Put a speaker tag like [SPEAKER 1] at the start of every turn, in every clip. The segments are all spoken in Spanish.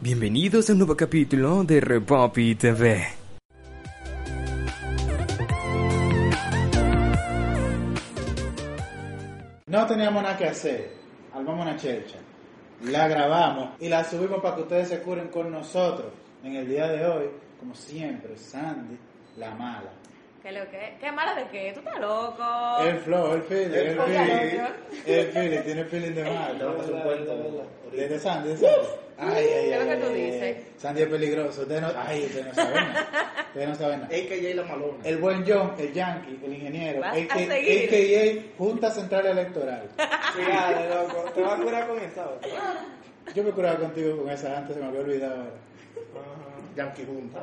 [SPEAKER 1] Bienvenidos a un nuevo capítulo de Repopi TV.
[SPEAKER 2] No teníamos nada que hacer. Armamos una chercha. La grabamos y la subimos para que ustedes se curen con nosotros. En el día de hoy, como siempre, Sandy, la mala.
[SPEAKER 3] ¿Qué lo que? ¿Qué mala de qué? ¿Tú estás loco?
[SPEAKER 2] El flow, el feeling, el
[SPEAKER 3] flow,
[SPEAKER 2] feeling.
[SPEAKER 3] ya,
[SPEAKER 2] El feeling, tiene feeling de mala.
[SPEAKER 4] Te va a pasar un cuento,
[SPEAKER 2] De de Sandy, de Sandy. Ay, ay, ay.
[SPEAKER 3] ¿Qué es lo que tú
[SPEAKER 2] ay, ay,
[SPEAKER 3] dices?
[SPEAKER 2] ay. Sandy es peligroso. Ustedes no, ay, ustedes no saben nada. Ustedes no saben nada.
[SPEAKER 4] AKJ la malona.
[SPEAKER 2] El buen John, el Yankee, el ingeniero,
[SPEAKER 3] Vas a
[SPEAKER 2] AKA,
[SPEAKER 3] seguir.
[SPEAKER 2] AKA Junta Central Electoral.
[SPEAKER 3] Ah,
[SPEAKER 4] Cuidado, loco. Te vas a curar con esta otra.
[SPEAKER 2] Yo me curaba contigo con esa antes, se me había olvidado ahora.
[SPEAKER 4] Yankee Junta.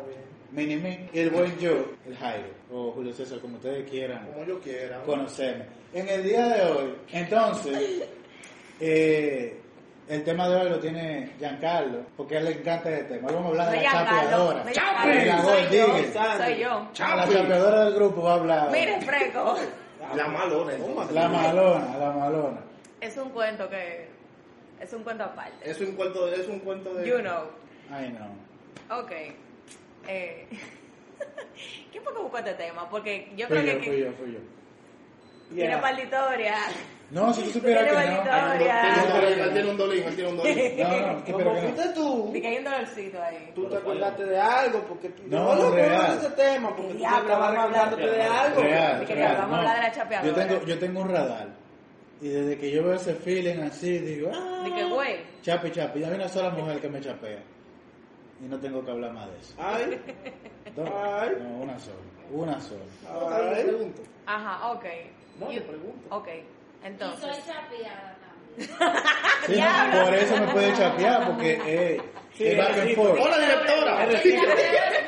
[SPEAKER 2] Minimin y el buen yo, el Jairo, o Julio César, como ustedes quieran
[SPEAKER 4] Como yo quiera.
[SPEAKER 2] conocerme. En el día de hoy, entonces, eh, el tema de hoy lo tiene Giancarlo, porque a él le encanta este tema. Hoy Vamos a hablar de
[SPEAKER 3] Soy
[SPEAKER 2] la chapeadora.
[SPEAKER 3] Giancarlo, soy
[SPEAKER 2] ¡Chape! La
[SPEAKER 3] Giancarlo,
[SPEAKER 2] voz,
[SPEAKER 3] soy yo,
[SPEAKER 2] dije.
[SPEAKER 3] Soy yo.
[SPEAKER 2] La chapeadora del grupo va a hablar.
[SPEAKER 3] Miren, Freco,
[SPEAKER 4] La malona. entonces.
[SPEAKER 2] La malona, la malona.
[SPEAKER 3] es un cuento que. Es un cuento aparte.
[SPEAKER 4] Es un cuento de... Es un cuento de...
[SPEAKER 3] You know.
[SPEAKER 2] Ay, no.
[SPEAKER 3] Ok. Eh. ¿Quién fue que buscó este tema? Porque yo
[SPEAKER 2] Fui
[SPEAKER 3] creo
[SPEAKER 2] yo,
[SPEAKER 3] que.
[SPEAKER 2] fui yo, fui yo.
[SPEAKER 3] Tiene
[SPEAKER 2] Yeah.
[SPEAKER 3] pal de historia.
[SPEAKER 2] No, si tú supieras
[SPEAKER 3] Tiene
[SPEAKER 2] que no.
[SPEAKER 3] validora.
[SPEAKER 4] Él tiene un dolín, él tiene un dolín, él tiene un dolín.
[SPEAKER 2] No, no, que- pero que no.
[SPEAKER 4] tú,
[SPEAKER 3] De que hay un dolorcito ahí.
[SPEAKER 4] tú te acordaste de algo, porque tú
[SPEAKER 2] No,
[SPEAKER 4] no lo
[SPEAKER 2] real.
[SPEAKER 4] conoces este tema, porque tú
[SPEAKER 3] Diablo,
[SPEAKER 4] siempre vas
[SPEAKER 3] vamos a hablar
[SPEAKER 4] hablándote de algo.
[SPEAKER 2] Real,
[SPEAKER 3] Porque
[SPEAKER 2] real,
[SPEAKER 3] vamos a
[SPEAKER 2] no.
[SPEAKER 3] hablar de la chapeadora.
[SPEAKER 2] Yo tengo, yo tengo un radar. Y desde que yo veo ese feeling así, digo, ah,
[SPEAKER 3] De que, güey.
[SPEAKER 2] chape, chape. Y hay una sola mujer que me chapea. Y no tengo que hablar más de eso.
[SPEAKER 4] Ay,
[SPEAKER 2] Dos.
[SPEAKER 4] Ay.
[SPEAKER 2] No, una sola. Una sola.
[SPEAKER 4] ahora te pregunto.
[SPEAKER 3] Ajá, ok.
[SPEAKER 4] No,
[SPEAKER 3] You-
[SPEAKER 4] te pregunto.
[SPEAKER 3] Ok. Entonces.
[SPEAKER 5] Y soy chapeada también.
[SPEAKER 2] Sí, no, por eso me puede chapear, porque eh, es back and forth.
[SPEAKER 4] Hola, directora.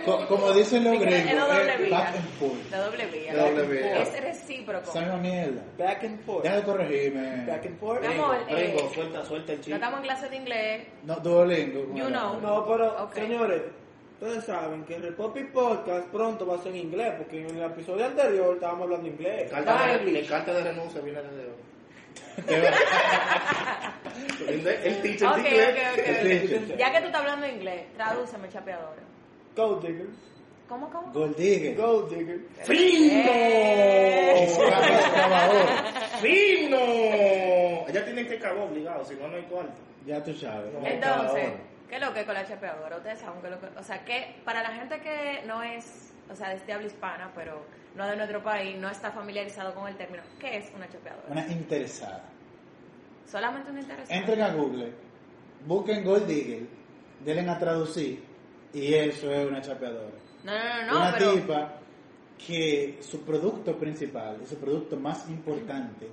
[SPEAKER 2] Co- como dicen los
[SPEAKER 3] De que
[SPEAKER 2] gringos,
[SPEAKER 3] Es la doble
[SPEAKER 2] es
[SPEAKER 3] vía.
[SPEAKER 2] back and forth.
[SPEAKER 3] La doble vía.
[SPEAKER 4] La doble vía.
[SPEAKER 3] Es recíproco.
[SPEAKER 2] Esa misma mierda.
[SPEAKER 4] Back and forth.
[SPEAKER 2] Deja de corregirme.
[SPEAKER 4] Back and forth.
[SPEAKER 3] Mi amor, eh,
[SPEAKER 4] Rengo, suelta, suelta el
[SPEAKER 3] No
[SPEAKER 4] chico.
[SPEAKER 3] estamos en clase de inglés.
[SPEAKER 2] No, Duolingo.
[SPEAKER 3] You know.
[SPEAKER 4] No, pero
[SPEAKER 3] Ok.
[SPEAKER 4] señores, ustedes saben que el Repopi Podcast pronto va a ser en inglés, porque en el episodio anterior estábamos hablando inglés.
[SPEAKER 6] Carta de,
[SPEAKER 3] Barbie.
[SPEAKER 6] el carta de renuncia viene de
[SPEAKER 2] Te va-
[SPEAKER 6] El, el teacher
[SPEAKER 3] Ok, ok,
[SPEAKER 6] dice
[SPEAKER 3] ok,
[SPEAKER 2] Sí, sí,
[SPEAKER 3] ok. Ya que tú estás hablando inglés, tradúceme, chapeadora.
[SPEAKER 4] Gold diggers.
[SPEAKER 3] ¿Cómo, cómo?
[SPEAKER 2] Gold Digger.
[SPEAKER 4] Gold diggers.
[SPEAKER 3] Eh,
[SPEAKER 2] Escapa, excavador.
[SPEAKER 6] ¡Fino! Ella tiene que cagar obligado, si no, no hay cuarto.
[SPEAKER 2] Ya tú sabes. como
[SPEAKER 3] Entonces,
[SPEAKER 2] excavador.
[SPEAKER 3] ¿qué es lo que es con la chapeadora? Ustedes saben que lo que... O sea, que para la gente que no es, o sea, es de este habla hispana, pero no de nuestro país, no está familiarizado con el término, ¿qué es una chapeadora?
[SPEAKER 2] Una interesada.
[SPEAKER 3] Solamente una interesante.
[SPEAKER 2] Entren a Google, busquen Gold Digger, denle a traducir y eso es una chapeadora.
[SPEAKER 3] No, no, no, no,
[SPEAKER 2] una
[SPEAKER 3] pero...
[SPEAKER 2] tipa que su producto principal, su producto más importante,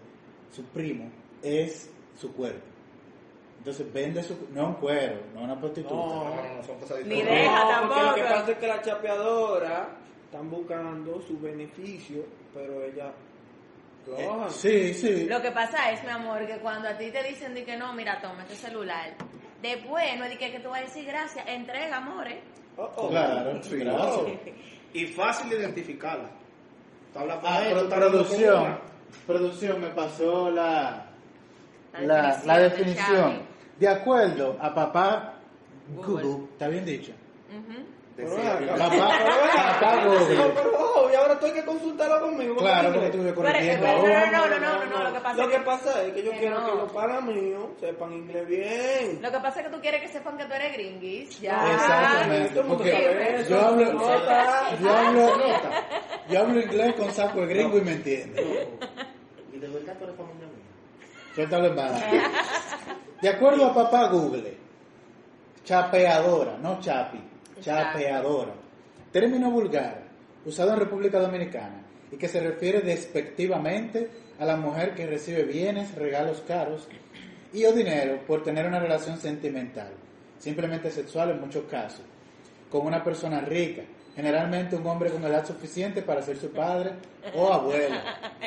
[SPEAKER 2] su primo, es su cuerpo. Entonces vende su no un cuero, no una prostituta.
[SPEAKER 6] No, no, no, son cosas
[SPEAKER 3] Ni
[SPEAKER 6] diferentes.
[SPEAKER 3] idea. Deja,
[SPEAKER 4] no, porque lo que
[SPEAKER 3] tampoco.
[SPEAKER 4] pasa es que la chapeadora están buscando su beneficio, pero ella...
[SPEAKER 2] Eh,
[SPEAKER 4] Cojan.
[SPEAKER 2] sí, sí.
[SPEAKER 3] Lo que pasa es, mi amor, que cuando a ti te dicen de que no, mira, toma este celular, después no es de que, que tú vas a decir gracias, entrega, amores.
[SPEAKER 4] Oh, oh.
[SPEAKER 2] Claro,
[SPEAKER 4] Sí,
[SPEAKER 2] claro.
[SPEAKER 4] oh.
[SPEAKER 6] Y fácil de identificarla. Tú hablas con
[SPEAKER 2] Ah,
[SPEAKER 6] ella,
[SPEAKER 2] pro-
[SPEAKER 6] tú estás hablando con
[SPEAKER 2] producción,
[SPEAKER 6] una.
[SPEAKER 2] producción me pasó la
[SPEAKER 3] La
[SPEAKER 2] la,
[SPEAKER 3] definición
[SPEAKER 2] la
[SPEAKER 3] de
[SPEAKER 2] definición.
[SPEAKER 3] Xavi.
[SPEAKER 2] De acuerdo a papá
[SPEAKER 3] Google.
[SPEAKER 2] Google, está bien dicho.
[SPEAKER 3] Ujú.
[SPEAKER 4] Pero
[SPEAKER 6] Decía,
[SPEAKER 4] ven acá.
[SPEAKER 2] Papá, papá
[SPEAKER 4] No,
[SPEAKER 2] Google.
[SPEAKER 4] pero ojo, y ahora tú hay que consultarlo conmigo. porque
[SPEAKER 2] Claro,
[SPEAKER 4] en
[SPEAKER 2] porque
[SPEAKER 4] inglés.
[SPEAKER 2] estuve
[SPEAKER 3] Pero,
[SPEAKER 2] corrigiendo
[SPEAKER 3] pero,
[SPEAKER 2] ahora.
[SPEAKER 3] no, no, no, no, no, lo que pasa
[SPEAKER 4] Lo
[SPEAKER 3] es
[SPEAKER 4] que
[SPEAKER 3] que-
[SPEAKER 4] pasa es que yo
[SPEAKER 3] que
[SPEAKER 4] quiero
[SPEAKER 3] no.
[SPEAKER 4] que los panas míos sepan inglés bien.
[SPEAKER 3] Lo que pasa es que tú quieres que sepan que tú eres gringuis. Ya.
[SPEAKER 2] Ah, Exactamente,
[SPEAKER 4] todo el mundo
[SPEAKER 2] porque
[SPEAKER 4] sabe eso,
[SPEAKER 2] yo hablo,
[SPEAKER 4] se nota.
[SPEAKER 2] yo hablo, yo hablo inglés con saco de gringo y me entiende.
[SPEAKER 6] Y de verdad tú eres familia mía.
[SPEAKER 2] Suéltalo en baja. De acuerdo a papá Google, chapeadora, no chapi, chapeadora. Término vulgar, usado en República Dominicana y que se refiere despectivamente a la mujer que recibe bienes, regalos caros y o dinero por tener una relación sentimental. simplemente sexual en muchos casos, con una persona rica, generalmente un hombre con edad suficiente para ser su padre o abuelo.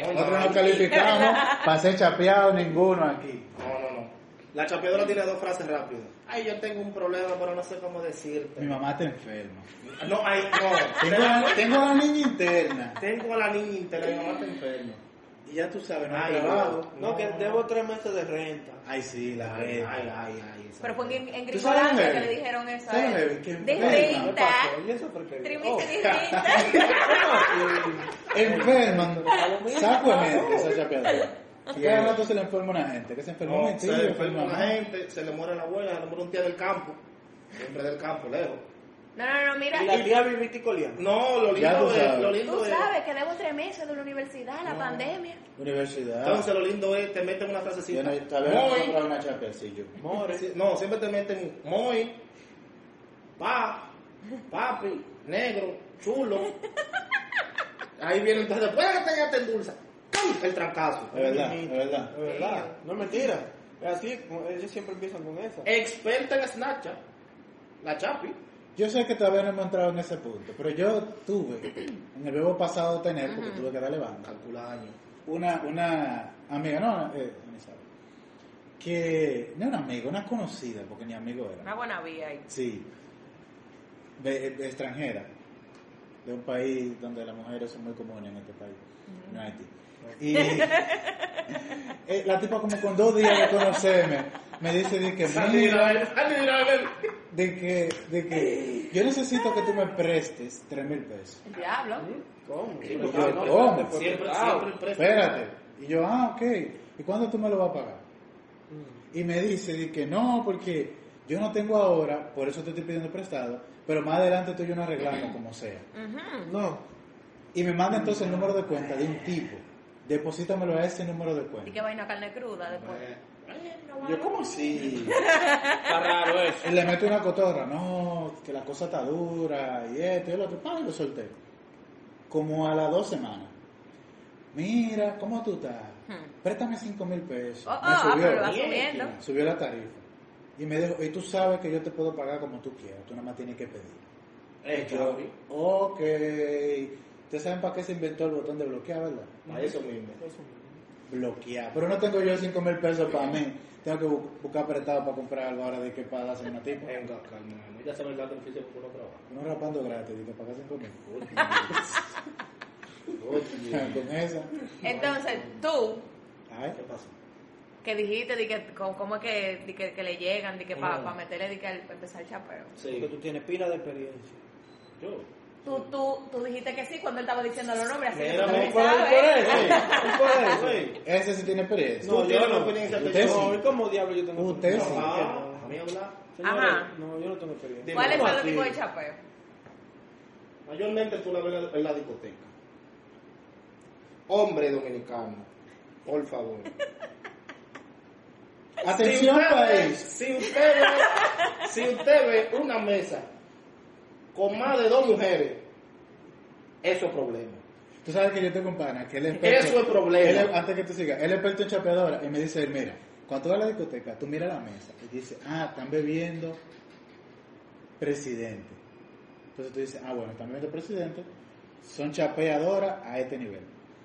[SPEAKER 2] Nosotros no calificamos para ser chapeado ninguno aquí.
[SPEAKER 6] No, no, no. La chapeadora tiene dos frases rápidas. Ay, yo tengo un problema, pero no sé cómo decirte.
[SPEAKER 2] Mi mamá está enferma.
[SPEAKER 6] No, ay,
[SPEAKER 2] Tengo
[SPEAKER 6] no.
[SPEAKER 2] a, tengo a la niña interna.
[SPEAKER 6] tengo a la niña interna, mi mamá está enferma.
[SPEAKER 2] Y ya tú sabes, no ha
[SPEAKER 6] Ay,
[SPEAKER 2] grabado.
[SPEAKER 4] No, que debo tres meses de renta.
[SPEAKER 2] Ay, sí, la
[SPEAKER 6] Ay,
[SPEAKER 2] red.
[SPEAKER 6] ay, ay, ay. esa
[SPEAKER 3] Pero fue en, en
[SPEAKER 2] ¿Tú sabes,
[SPEAKER 3] Gringolandia que
[SPEAKER 2] Mary?
[SPEAKER 3] le dijeron eso eh. a
[SPEAKER 2] ¿Sabes,
[SPEAKER 3] él.
[SPEAKER 2] Mary? Que-
[SPEAKER 4] ¿Qué
[SPEAKER 3] Distinta.
[SPEAKER 4] pasó? ¿Y eso por qué? Oh.
[SPEAKER 3] Trimite distinta.
[SPEAKER 2] Enferma. Saco de gente esa chapeadora.
[SPEAKER 6] Sí.
[SPEAKER 2] Cada rato se le enferma una gente. Que se enfermó
[SPEAKER 6] No,
[SPEAKER 2] un
[SPEAKER 6] se
[SPEAKER 2] tío,
[SPEAKER 6] le
[SPEAKER 2] enferma
[SPEAKER 6] enferma la
[SPEAKER 2] más.
[SPEAKER 6] gente, se le muere la abuela, se le muere un tía del campo. Siempre del campo, lejos.
[SPEAKER 3] No, no, no, mira.
[SPEAKER 4] Y la tía viviste y coleando.
[SPEAKER 6] No, lo
[SPEAKER 2] Ya
[SPEAKER 6] lindo
[SPEAKER 2] tú
[SPEAKER 6] es,
[SPEAKER 2] sabes.
[SPEAKER 6] lo lindo
[SPEAKER 3] Tú
[SPEAKER 6] es.
[SPEAKER 3] sabes que debo tres meses de la universidad,
[SPEAKER 2] Ah.
[SPEAKER 3] la pandemia.
[SPEAKER 2] Universidad.
[SPEAKER 6] Entonces lo lindo es, te meten una
[SPEAKER 2] yo no,
[SPEAKER 6] frasecita. Muy,
[SPEAKER 2] a ver, voy a comprar una chapea, sí, yo.
[SPEAKER 4] More.
[SPEAKER 6] sí, no, siempre te meten muy, pa, papi, negro, chulo. Ahí viene entonces, espérate, ya te endulza. ¡Pam! El trancazo.
[SPEAKER 2] De verdad, de verdad.
[SPEAKER 4] De verdad, no es mentira. Es así, como ellos siempre empiezan con eso.
[SPEAKER 6] Experta en Snapchat, la Chapi.
[SPEAKER 2] Yo sé que todavía no hemos entrado en ese punto, pero yo tuve, en el verbo pasado tener, porque tuve que darle banda,
[SPEAKER 6] Calcula años.
[SPEAKER 2] una, una amiga, no, eh, ni sabe, que no era amiga, una conocida, porque ni amigo era.
[SPEAKER 3] Una buena vía ahí.
[SPEAKER 2] Sí. De, de extranjera. De un país donde las mujeres son muy comunes en este país. En Haití. Y eh, la tipa como con dos días de conocerme me dice de que
[SPEAKER 6] Sandy
[SPEAKER 2] mira,
[SPEAKER 6] Gravel, Sandy Gravel.
[SPEAKER 2] de que, de que yo necesito que tú me prestes tres mil pesos.
[SPEAKER 3] El diablo.
[SPEAKER 4] ¿Cómo?
[SPEAKER 2] pero
[SPEAKER 4] Ah,
[SPEAKER 2] yo-
[SPEAKER 4] no,
[SPEAKER 2] ¿cómo?
[SPEAKER 4] espérate, fue
[SPEAKER 6] Siempre,
[SPEAKER 4] prestado.
[SPEAKER 6] siempre el precio.
[SPEAKER 2] Espérate. Y yo, ah, ok. ¿Y cuándo tú me lo vas a pagar? Y me dice de que no, porque yo no tengo ahora, por eso te estoy pidiendo prestado, pero más adelante tú y yo nos arreglamos como sea.
[SPEAKER 4] No,
[SPEAKER 2] Y me manda entonces el número de cuenta de un tipo. Deposítamelo a ese número de
[SPEAKER 3] Y que
[SPEAKER 2] cuenta.
[SPEAKER 3] vaina carne cruda después.
[SPEAKER 2] Yo, ¿cómo si?
[SPEAKER 4] está raro eso.
[SPEAKER 2] Y le meto una cotorra. No, que la cosa está dura y esto y lo otro. Pa, y lo solté. Como a las dos semanas. Mira, ¿cómo tú estás?
[SPEAKER 3] Hmm.
[SPEAKER 2] Préstame cinco mil pesos.
[SPEAKER 3] Oh, oh, ah, pero va subiendo.
[SPEAKER 2] Subió la tarifa. Y me dijo, y tú sabes que yo te puedo pagar como tú quieras. Tú nada más tienes que pedir.
[SPEAKER 6] Eh,
[SPEAKER 2] Y yo,
[SPEAKER 6] Chapi.
[SPEAKER 2] ok. Ustedes saben para qué se inventó el botón de bloquear, ¿verdad?
[SPEAKER 6] A eso mismo.
[SPEAKER 2] bloquear. Pero no tengo yo 5 mil pesos para mí. Tengo que bu- buscar prestado para comprar algo ahora de que para darse una tipa.
[SPEAKER 6] Venga, calma. Ya sabes el sacrificio que uno trabaja.
[SPEAKER 2] Uno rapando gratis, de que pagar 5 mil.
[SPEAKER 6] Oye,
[SPEAKER 2] Con esa.
[SPEAKER 3] Entonces, tú,
[SPEAKER 2] Ay,
[SPEAKER 6] ¿qué pasó?
[SPEAKER 3] que dijiste, di que, co- ¿cómo es que, di que, que le llegan? Di que para meterle, di que al- pa empezar el chapeo.
[SPEAKER 4] Porque
[SPEAKER 6] Sí,
[SPEAKER 4] tú tienes pila de experiencia.
[SPEAKER 6] yo.
[SPEAKER 3] Tú, tú, tú dijiste que sí cuando él estaba diciendo los nombres, así que
[SPEAKER 6] Mira,
[SPEAKER 3] tú
[SPEAKER 6] no
[SPEAKER 3] ni
[SPEAKER 4] por
[SPEAKER 3] sabes.
[SPEAKER 4] eso. Es por eso.
[SPEAKER 6] Sí.
[SPEAKER 2] Ese sí tiene experiencia.
[SPEAKER 4] No,
[SPEAKER 6] Tú tienes
[SPEAKER 4] yo
[SPEAKER 6] una
[SPEAKER 4] no.
[SPEAKER 6] experiencia que
[SPEAKER 2] Usted
[SPEAKER 6] yo.
[SPEAKER 4] No, ¿y cómo diablo yo tengo
[SPEAKER 2] Usted sí.
[SPEAKER 6] Ah,
[SPEAKER 4] No,
[SPEAKER 6] a mí hablar.
[SPEAKER 4] señores,
[SPEAKER 3] Ajá.
[SPEAKER 4] No, yo no tengo experiencia.
[SPEAKER 6] De-
[SPEAKER 3] ¿Cuál es
[SPEAKER 6] ¿Cómo
[SPEAKER 3] el
[SPEAKER 6] así?
[SPEAKER 3] tipo de chapeo?
[SPEAKER 6] Mayormente tú la ves en la discoteca. Hombre dominicano, por favor.
[SPEAKER 2] Atención,
[SPEAKER 6] si usted, ve-
[SPEAKER 2] país.
[SPEAKER 6] si usted ve, si usted ve una mesa con más de dos mujeres, eso es problema.
[SPEAKER 2] Tú sabes que yo tengo un pana que él es
[SPEAKER 6] Eso es problema.
[SPEAKER 2] Él es- antes que tú sigas, él es experto en chapeadora y me dice, él, mira, cuando tú vas a la discoteca, tú miras la mesa y dices, ah, están bebiendo presidente. Entonces tú dices, ah, bueno, están bebiendo presidente, son chapeadoras a este nivel.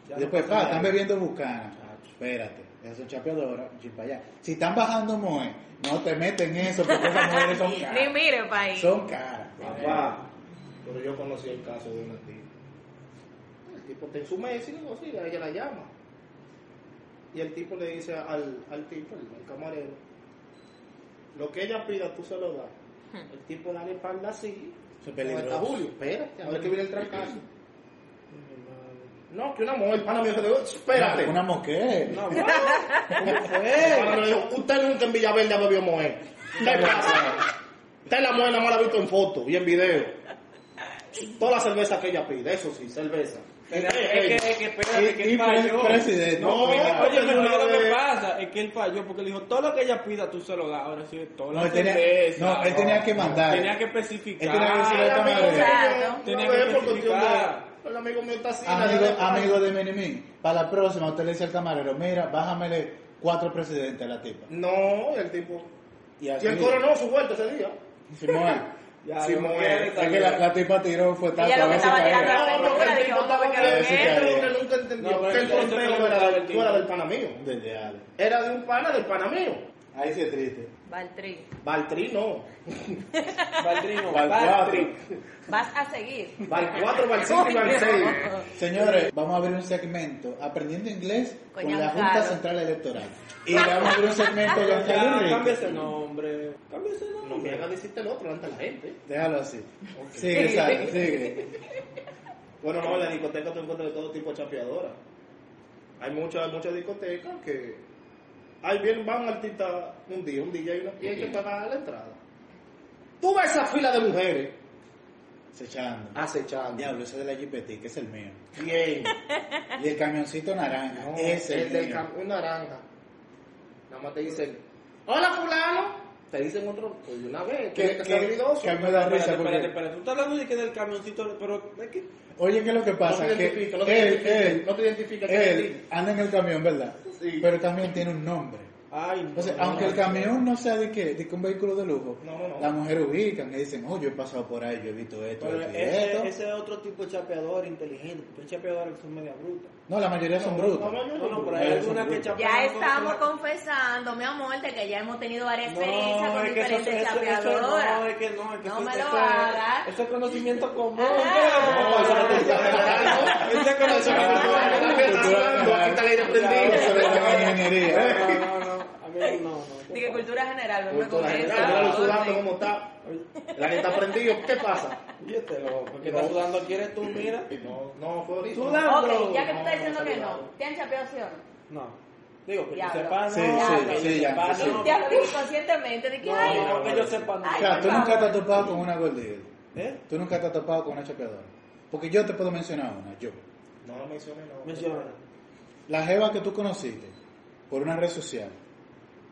[SPEAKER 4] Ya
[SPEAKER 2] Y después,
[SPEAKER 4] no pasa
[SPEAKER 2] pa,
[SPEAKER 4] nada.
[SPEAKER 2] están bebiendo bucana. Espérate, esas son chapeadoras, un chin para allá. Si están bajando moe, no te meten eso porque esas mujeres son
[SPEAKER 3] Ni
[SPEAKER 2] caras.
[SPEAKER 3] mire, país.
[SPEAKER 2] Son caras.
[SPEAKER 6] Papá, pero yo conocí el caso de una tipa. El tipo está en su mesa y negocia, ella la llama. Y el tipo le dice al, al tipo, al, al camarero, lo que ella pida tú se lo das. El tipo da la espalda así.
[SPEAKER 2] Eso es peligroso.
[SPEAKER 6] Hasta Julio, espérate, a ver que viene el trancazo. No, que una mujer, el pana mío, se le dijo, espérate.
[SPEAKER 2] Una mujer.
[SPEAKER 4] No, bueno, ¿cómo
[SPEAKER 6] El
[SPEAKER 4] fue?
[SPEAKER 6] pana le dijo, usted nunca en Villaverde ha bebido mujer. ¿Qué pasa? Usted la mujer nada más la ha visto en foto y en video. Toda la cerveza que ella pide, eso sí, cerveza.
[SPEAKER 4] Pero
[SPEAKER 6] Eh, eh,
[SPEAKER 4] es que, es que, espérate, que
[SPEAKER 2] Y- y
[SPEAKER 4] él falló.
[SPEAKER 2] presidente.
[SPEAKER 4] No,
[SPEAKER 6] No,
[SPEAKER 4] oye,
[SPEAKER 6] oye,
[SPEAKER 4] pero
[SPEAKER 6] una
[SPEAKER 4] lo que
[SPEAKER 6] vez-
[SPEAKER 4] pasa es que él falló porque le dijo, todo lo que ella pida tú se lo das. Ahora sí, todo
[SPEAKER 2] No, él tenía, no, él tenía que mandar.
[SPEAKER 4] Tenía que
[SPEAKER 2] Él tenía que
[SPEAKER 4] especificar.
[SPEAKER 2] decirle a esta madre,
[SPEAKER 3] Claro.
[SPEAKER 4] Tenía
[SPEAKER 6] Tenía
[SPEAKER 4] que
[SPEAKER 6] que por cuestión
[SPEAKER 4] especificar.
[SPEAKER 6] de. El amigo mío está así.
[SPEAKER 2] amigo,
[SPEAKER 6] nadie le-
[SPEAKER 2] amigo de Minimín, para la próxima usted le dice al camarero, mira, bájamele cuatro presidentes a la tipa.
[SPEAKER 6] No, el tipo.
[SPEAKER 2] Y
[SPEAKER 6] Y
[SPEAKER 2] así-
[SPEAKER 6] él coronó su vuelta ese día.
[SPEAKER 2] Simón.
[SPEAKER 4] Ya,
[SPEAKER 6] no
[SPEAKER 2] Simón,
[SPEAKER 6] quiere,
[SPEAKER 2] es
[SPEAKER 6] está
[SPEAKER 2] que la,
[SPEAKER 6] bien.
[SPEAKER 2] la tipa tiró fue tanto.
[SPEAKER 3] Ella lo
[SPEAKER 2] a
[SPEAKER 3] que
[SPEAKER 2] ver si
[SPEAKER 3] estaba
[SPEAKER 2] caía.
[SPEAKER 3] tirando-
[SPEAKER 6] No, no, que el tipo estaba
[SPEAKER 3] Pero
[SPEAKER 2] sí
[SPEAKER 6] que
[SPEAKER 2] cae.
[SPEAKER 6] que nunca entendió
[SPEAKER 4] No, pero
[SPEAKER 6] que el
[SPEAKER 4] eso fue
[SPEAKER 6] conteo
[SPEAKER 4] lo que
[SPEAKER 6] era
[SPEAKER 4] estaba
[SPEAKER 6] del,
[SPEAKER 4] el
[SPEAKER 6] fuera
[SPEAKER 4] tipo.
[SPEAKER 6] del pana mío.
[SPEAKER 2] Del diablo.
[SPEAKER 6] Era de un pana del pana mío.
[SPEAKER 2] Ahí sí es triste.
[SPEAKER 3] Valtri,
[SPEAKER 6] Valtrí no.
[SPEAKER 4] Baltrino,
[SPEAKER 2] Val
[SPEAKER 4] Baltri.
[SPEAKER 2] cuatro.
[SPEAKER 3] vas a seguir.
[SPEAKER 6] Val 4, Val 5 y Val 6.
[SPEAKER 2] Señores, vamos a abrir un segmento aprendiendo inglés con,
[SPEAKER 3] Con
[SPEAKER 2] la
[SPEAKER 3] Giancarlo.
[SPEAKER 2] Junta Central Electoral. Y le vamos a abrir un segmento de
[SPEAKER 4] Ya, cambia ese
[SPEAKER 2] Giancarlo.
[SPEAKER 4] nombre. Cambia ese
[SPEAKER 6] No me hagas
[SPEAKER 4] nombre.
[SPEAKER 6] decirte el otro ante la gente.
[SPEAKER 2] Déjalo así. Sigue, Sara, sigue.
[SPEAKER 6] Bueno, no, en la discoteca tú encuentras de todo tipo de chapeadoras. Hay muchas, muchas discotecas que. Ahí bien van artistas un día, un día y una y hay que pagar la entrada. Tú ves esa fila de mujeres
[SPEAKER 2] Se echando.
[SPEAKER 6] acechando.
[SPEAKER 2] Diablo, ese de la GPT, que es el mío.
[SPEAKER 6] Bien.
[SPEAKER 2] Y el camioncito naranja.
[SPEAKER 6] No,
[SPEAKER 2] ese es
[SPEAKER 6] el del
[SPEAKER 2] mío.
[SPEAKER 6] campeón naranja. Nada más te dicen, hola fulano. Te dicen otro, pues de una vez,
[SPEAKER 2] Que-
[SPEAKER 6] que que sea
[SPEAKER 2] que-
[SPEAKER 6] habilidoso.
[SPEAKER 2] que a mí me da
[SPEAKER 4] Espérate,
[SPEAKER 2] risa
[SPEAKER 4] espérate,
[SPEAKER 2] porque...
[SPEAKER 4] espérate. Tú estás hablando de que del camioncito, pero es que
[SPEAKER 2] Oye, ¿qué es lo que
[SPEAKER 6] No
[SPEAKER 2] pasa?
[SPEAKER 6] te
[SPEAKER 2] que
[SPEAKER 6] identifica, no te
[SPEAKER 2] él,
[SPEAKER 6] identifica,
[SPEAKER 2] él,
[SPEAKER 6] no te identifica,
[SPEAKER 2] él anda en el camión, ¿verdad?
[SPEAKER 6] Sí.
[SPEAKER 2] Pero también tiene un nombre.
[SPEAKER 4] Ay, no.
[SPEAKER 2] Entonces, aunque el camión no sea de que, de que un vehículo de lujo,
[SPEAKER 6] No, no, no.
[SPEAKER 2] las mujeres ubican y dicen, oh, yo he pasado por ahí, yo he visto esto,
[SPEAKER 4] Pero
[SPEAKER 2] esto y esto.
[SPEAKER 4] ese, ese es otro tipo de chapeador inteligente, porque hay
[SPEAKER 6] pues,
[SPEAKER 4] chapeadores que son media brutas.
[SPEAKER 2] No, la mayoría son brutos.
[SPEAKER 6] no, no,
[SPEAKER 4] No, no, pero
[SPEAKER 2] Ellos
[SPEAKER 4] hay
[SPEAKER 2] son
[SPEAKER 4] algunas que
[SPEAKER 2] brutos.
[SPEAKER 4] chapean.
[SPEAKER 3] Ya
[SPEAKER 4] con-
[SPEAKER 3] estamos
[SPEAKER 4] con-
[SPEAKER 3] confesando, mi amor, de que ya hemos tenido varias experiencias
[SPEAKER 4] No,
[SPEAKER 3] con
[SPEAKER 4] es que eso, eso,
[SPEAKER 3] diferentes
[SPEAKER 4] eso, eso, no,
[SPEAKER 3] chapeadoras.
[SPEAKER 4] es que no, es que
[SPEAKER 3] No
[SPEAKER 4] eso-
[SPEAKER 3] me lo
[SPEAKER 4] eso-
[SPEAKER 3] hagas.
[SPEAKER 4] Eso es conocimiento común.
[SPEAKER 3] Ah.
[SPEAKER 4] No, eso no te
[SPEAKER 6] Ah.
[SPEAKER 4] Eso es conocimiento común.
[SPEAKER 2] Eso le llaman ingeniería.
[SPEAKER 4] No, no, no, a mí no, no.
[SPEAKER 3] Dije cultura general, no me
[SPEAKER 6] Cultura
[SPEAKER 3] confesas,
[SPEAKER 6] general, mira lo
[SPEAKER 3] por
[SPEAKER 6] sudando
[SPEAKER 3] favor,
[SPEAKER 6] como está. La que está prendido, ¿qué pasa?
[SPEAKER 4] Yo te lo, porque estás sudando, quieres tú, mira.
[SPEAKER 6] No, no, fue ahorita.
[SPEAKER 4] Sudando.
[SPEAKER 3] sí. Ok, ya que tú
[SPEAKER 6] No,
[SPEAKER 3] estás diciendo
[SPEAKER 6] no,
[SPEAKER 3] que
[SPEAKER 6] no.
[SPEAKER 3] no, ¿te han chapeado sí o no?
[SPEAKER 4] No. Digo, que yo
[SPEAKER 3] Diablo.
[SPEAKER 4] sepa, no.
[SPEAKER 2] Sí,
[SPEAKER 3] sí,
[SPEAKER 4] que yo
[SPEAKER 2] sí, ya,
[SPEAKER 4] sepa,
[SPEAKER 2] sí.
[SPEAKER 4] no.
[SPEAKER 3] Te hablo de inconscientemente, de que ay,
[SPEAKER 4] No, no, que yo sepa, no.
[SPEAKER 2] O
[SPEAKER 3] Ay.
[SPEAKER 2] sea, tú nunca te has topado con una gordita.
[SPEAKER 4] ¿Eh?
[SPEAKER 2] Tú nunca te has topado con una chapeadora. Porque yo te puedo mencionar una, yo.
[SPEAKER 6] No lo mencioné, no.
[SPEAKER 4] Menciona.
[SPEAKER 2] La jeva que tú conociste por una red social.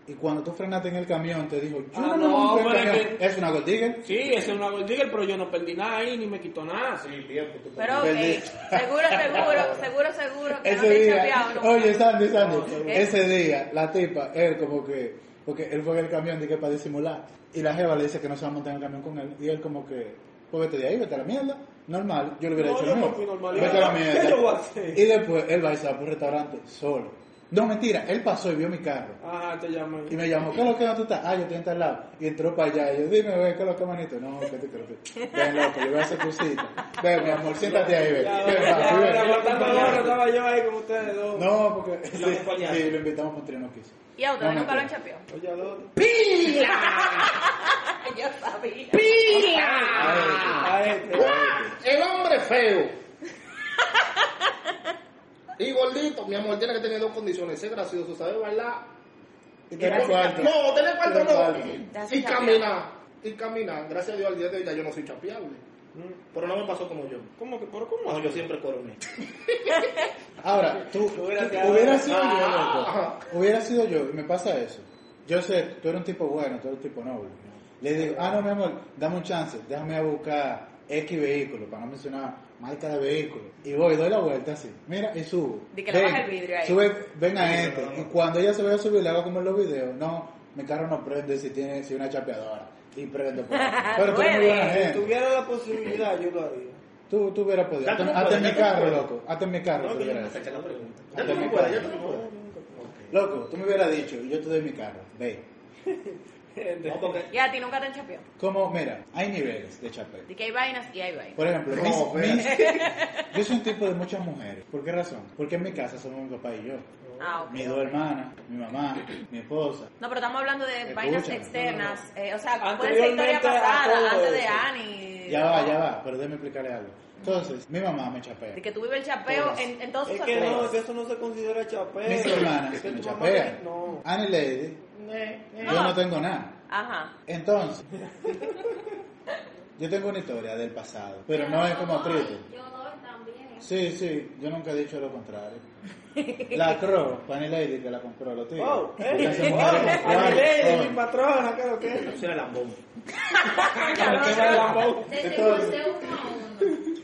[SPEAKER 2] Y cuando tú frenaste en el camión, te dijo, yo
[SPEAKER 4] Ah,
[SPEAKER 2] no, me
[SPEAKER 4] no,
[SPEAKER 2] monto en el
[SPEAKER 4] pero es
[SPEAKER 2] camión. Es una gordita.
[SPEAKER 4] Sí, ese es una goldigger, pero yo no perdí nada ahí, ni me quitó nada.
[SPEAKER 6] Sí, tiempo. tú
[SPEAKER 3] Pero
[SPEAKER 2] Perdí.
[SPEAKER 3] ok, seguro, seguro, seguro, seguro que no
[SPEAKER 2] Ese
[SPEAKER 3] te han
[SPEAKER 2] día,
[SPEAKER 3] chapeado. nunca.
[SPEAKER 2] oye Sandy, Sandy,
[SPEAKER 3] ¿Qué?
[SPEAKER 2] ese día la tipa, él como que, porque él fue en el camión de que para disimular, y la jeva le dice que no se va a montar en el camión con él, y él como que, póngate de ahí, vete a la mierda, normal, yo le hubiera
[SPEAKER 4] No,
[SPEAKER 2] dicho
[SPEAKER 4] yo
[SPEAKER 2] no,
[SPEAKER 4] me fui normal.
[SPEAKER 2] vete a la
[SPEAKER 4] ¿Qué
[SPEAKER 2] mierda,
[SPEAKER 4] yo voy a hacer?
[SPEAKER 2] y después él va y se va por un restaurante solo, no mentira, él pasó y vio mi carro,
[SPEAKER 4] Ajá, Ah, te llaman.
[SPEAKER 2] y me llamó, ¿qué es lo que tú estás? Ah, yo estoy en tal lado. Y entró para allá. Y yo, dime, güey, ¿qué es lo que manito? No, que te creo que. Ven, loco, yo voy a hacer tu cita. Ven, mi amor, siéntate ahí, ven.
[SPEAKER 4] Ya,
[SPEAKER 2] Ven,
[SPEAKER 4] ya,
[SPEAKER 2] papi, ven.
[SPEAKER 4] ya, aguantando ahora, estaba yo ahí con ustedes dos.
[SPEAKER 2] No, porque. Sí,
[SPEAKER 4] Lo acompañaste.
[SPEAKER 2] sí, lo invitamos con Trino quiso.
[SPEAKER 3] Y a ustedes
[SPEAKER 2] No,
[SPEAKER 3] nunca lo han
[SPEAKER 2] mentira.
[SPEAKER 3] chapeado.
[SPEAKER 4] Oye, Adolfo.
[SPEAKER 3] Ay, yo sabía.
[SPEAKER 4] A este.
[SPEAKER 6] El hombre feo. Y gordito, mi amor, tiene que tener dos condiciones. Ser gracioso, saber bailar.
[SPEAKER 2] Y
[SPEAKER 6] Y
[SPEAKER 2] tenés
[SPEAKER 6] por-
[SPEAKER 2] cuarto.
[SPEAKER 6] No, tener cuarto
[SPEAKER 2] Tener
[SPEAKER 6] no.
[SPEAKER 2] cuarto.
[SPEAKER 6] Y caminar. Y caminar. Gracias a Dios al día de hoy ya yo no soy chapeable.
[SPEAKER 4] Mm,
[SPEAKER 6] Pero no me pasó como yo.
[SPEAKER 4] ¿Cómo que? ¿Pero cómo?
[SPEAKER 6] No, yo siempre coroné.
[SPEAKER 2] Ahora, tú, tú-
[SPEAKER 4] Hubiera sido-
[SPEAKER 2] hubiera sido yo,
[SPEAKER 6] Ah.
[SPEAKER 2] loco. Hubiera sido yo, y me pasa eso. Yo sé, tú eres un tipo bueno, tú eres un tipo noble. Le digo, ah, no, mi amor, dame un chance, déjame ir a buscar X vehículo, para no mencionar marca de vehículo. Y voy, doy la vuelta así, mira, y subo.
[SPEAKER 3] Di que le baja el vidrio ahí.
[SPEAKER 2] Sube, ven a este.
[SPEAKER 6] no, no.
[SPEAKER 2] Y cuando ella se vaya a subir, le hago como en los videos, no, mi carro no prende si tiene si una chapeadora. Y prende por ahí. Pero tú eres muy buena
[SPEAKER 4] Si
[SPEAKER 2] gente.
[SPEAKER 4] tuviera la posibilidad, yo lo haría.
[SPEAKER 2] Tú, tú hubieras podido.
[SPEAKER 6] Ya tú no
[SPEAKER 2] Hasta en mi
[SPEAKER 6] puedes, ya tú no
[SPEAKER 2] carro,
[SPEAKER 6] puedes.
[SPEAKER 2] loco. Hasta en mi carro.
[SPEAKER 6] No,
[SPEAKER 2] tú
[SPEAKER 6] que yo
[SPEAKER 2] hubieras
[SPEAKER 6] me
[SPEAKER 2] hecho.
[SPEAKER 6] saqué la pregunta.
[SPEAKER 2] Ah,
[SPEAKER 6] Ya tú
[SPEAKER 2] también
[SPEAKER 6] no puedes,
[SPEAKER 2] puedes.
[SPEAKER 6] ya tú no puedes.
[SPEAKER 2] Loco, tú me hubieras dicho, y yo te doy mi carro, ve.
[SPEAKER 4] Gente.
[SPEAKER 6] No, porque
[SPEAKER 3] Y a ti nunca te han chapeado.
[SPEAKER 2] Como, mira, hay niveles de chapel.
[SPEAKER 3] De que hay vainas y hay
[SPEAKER 4] Pues,
[SPEAKER 3] vainas.
[SPEAKER 2] Por ejemplo,
[SPEAKER 6] No,
[SPEAKER 2] mis- mis- yo soy un tipo de muchas mujeres. ¿Por qué razón? Porque en mi casa somos mi papá y yo.
[SPEAKER 3] Ah, ok.
[SPEAKER 2] Mis dos hermanas, mi mamá, mi esposa.
[SPEAKER 3] No, pero estamos hablando de vainas
[SPEAKER 2] Escúchame.
[SPEAKER 3] externas. eh, o sea, puede ser
[SPEAKER 4] Anteriormente
[SPEAKER 3] historia
[SPEAKER 4] a todo
[SPEAKER 3] pasada, antes de
[SPEAKER 4] eso.
[SPEAKER 3] Ani.
[SPEAKER 2] Ya va, ya va, pero déjeme explicarle algo. Entonces, mi mamá me chapea.
[SPEAKER 3] De que tú vives el chapeo en, en todos
[SPEAKER 4] Pues, Es
[SPEAKER 3] sus
[SPEAKER 4] que no, es
[SPEAKER 3] aspectos.
[SPEAKER 4] que eso no se considera chapeo.
[SPEAKER 2] Mis hermanas
[SPEAKER 4] Que
[SPEAKER 2] me
[SPEAKER 4] tu mamá
[SPEAKER 2] chapean.
[SPEAKER 4] te- No.
[SPEAKER 2] Annie Lady, yo
[SPEAKER 3] No.
[SPEAKER 2] no tengo nada.
[SPEAKER 3] Ajá.
[SPEAKER 2] Entonces, yo tengo una historia del pasado, pero no es como triste.
[SPEAKER 5] Yo doy también.
[SPEAKER 2] Sí, sí, yo nunca he dicho lo contrario. La Crow, Fanny Lady que la compró, lo tío.
[SPEAKER 4] Oh, eh.
[SPEAKER 2] Entonces,
[SPEAKER 4] Oh,
[SPEAKER 2] mujeres con cuatro,
[SPEAKER 4] Adilene,
[SPEAKER 2] oh.
[SPEAKER 4] eh, mi patrona, creo que.
[SPEAKER 6] yo soy el lambón.
[SPEAKER 5] Desde que
[SPEAKER 2] Entonces-
[SPEAKER 5] usted uno a uno.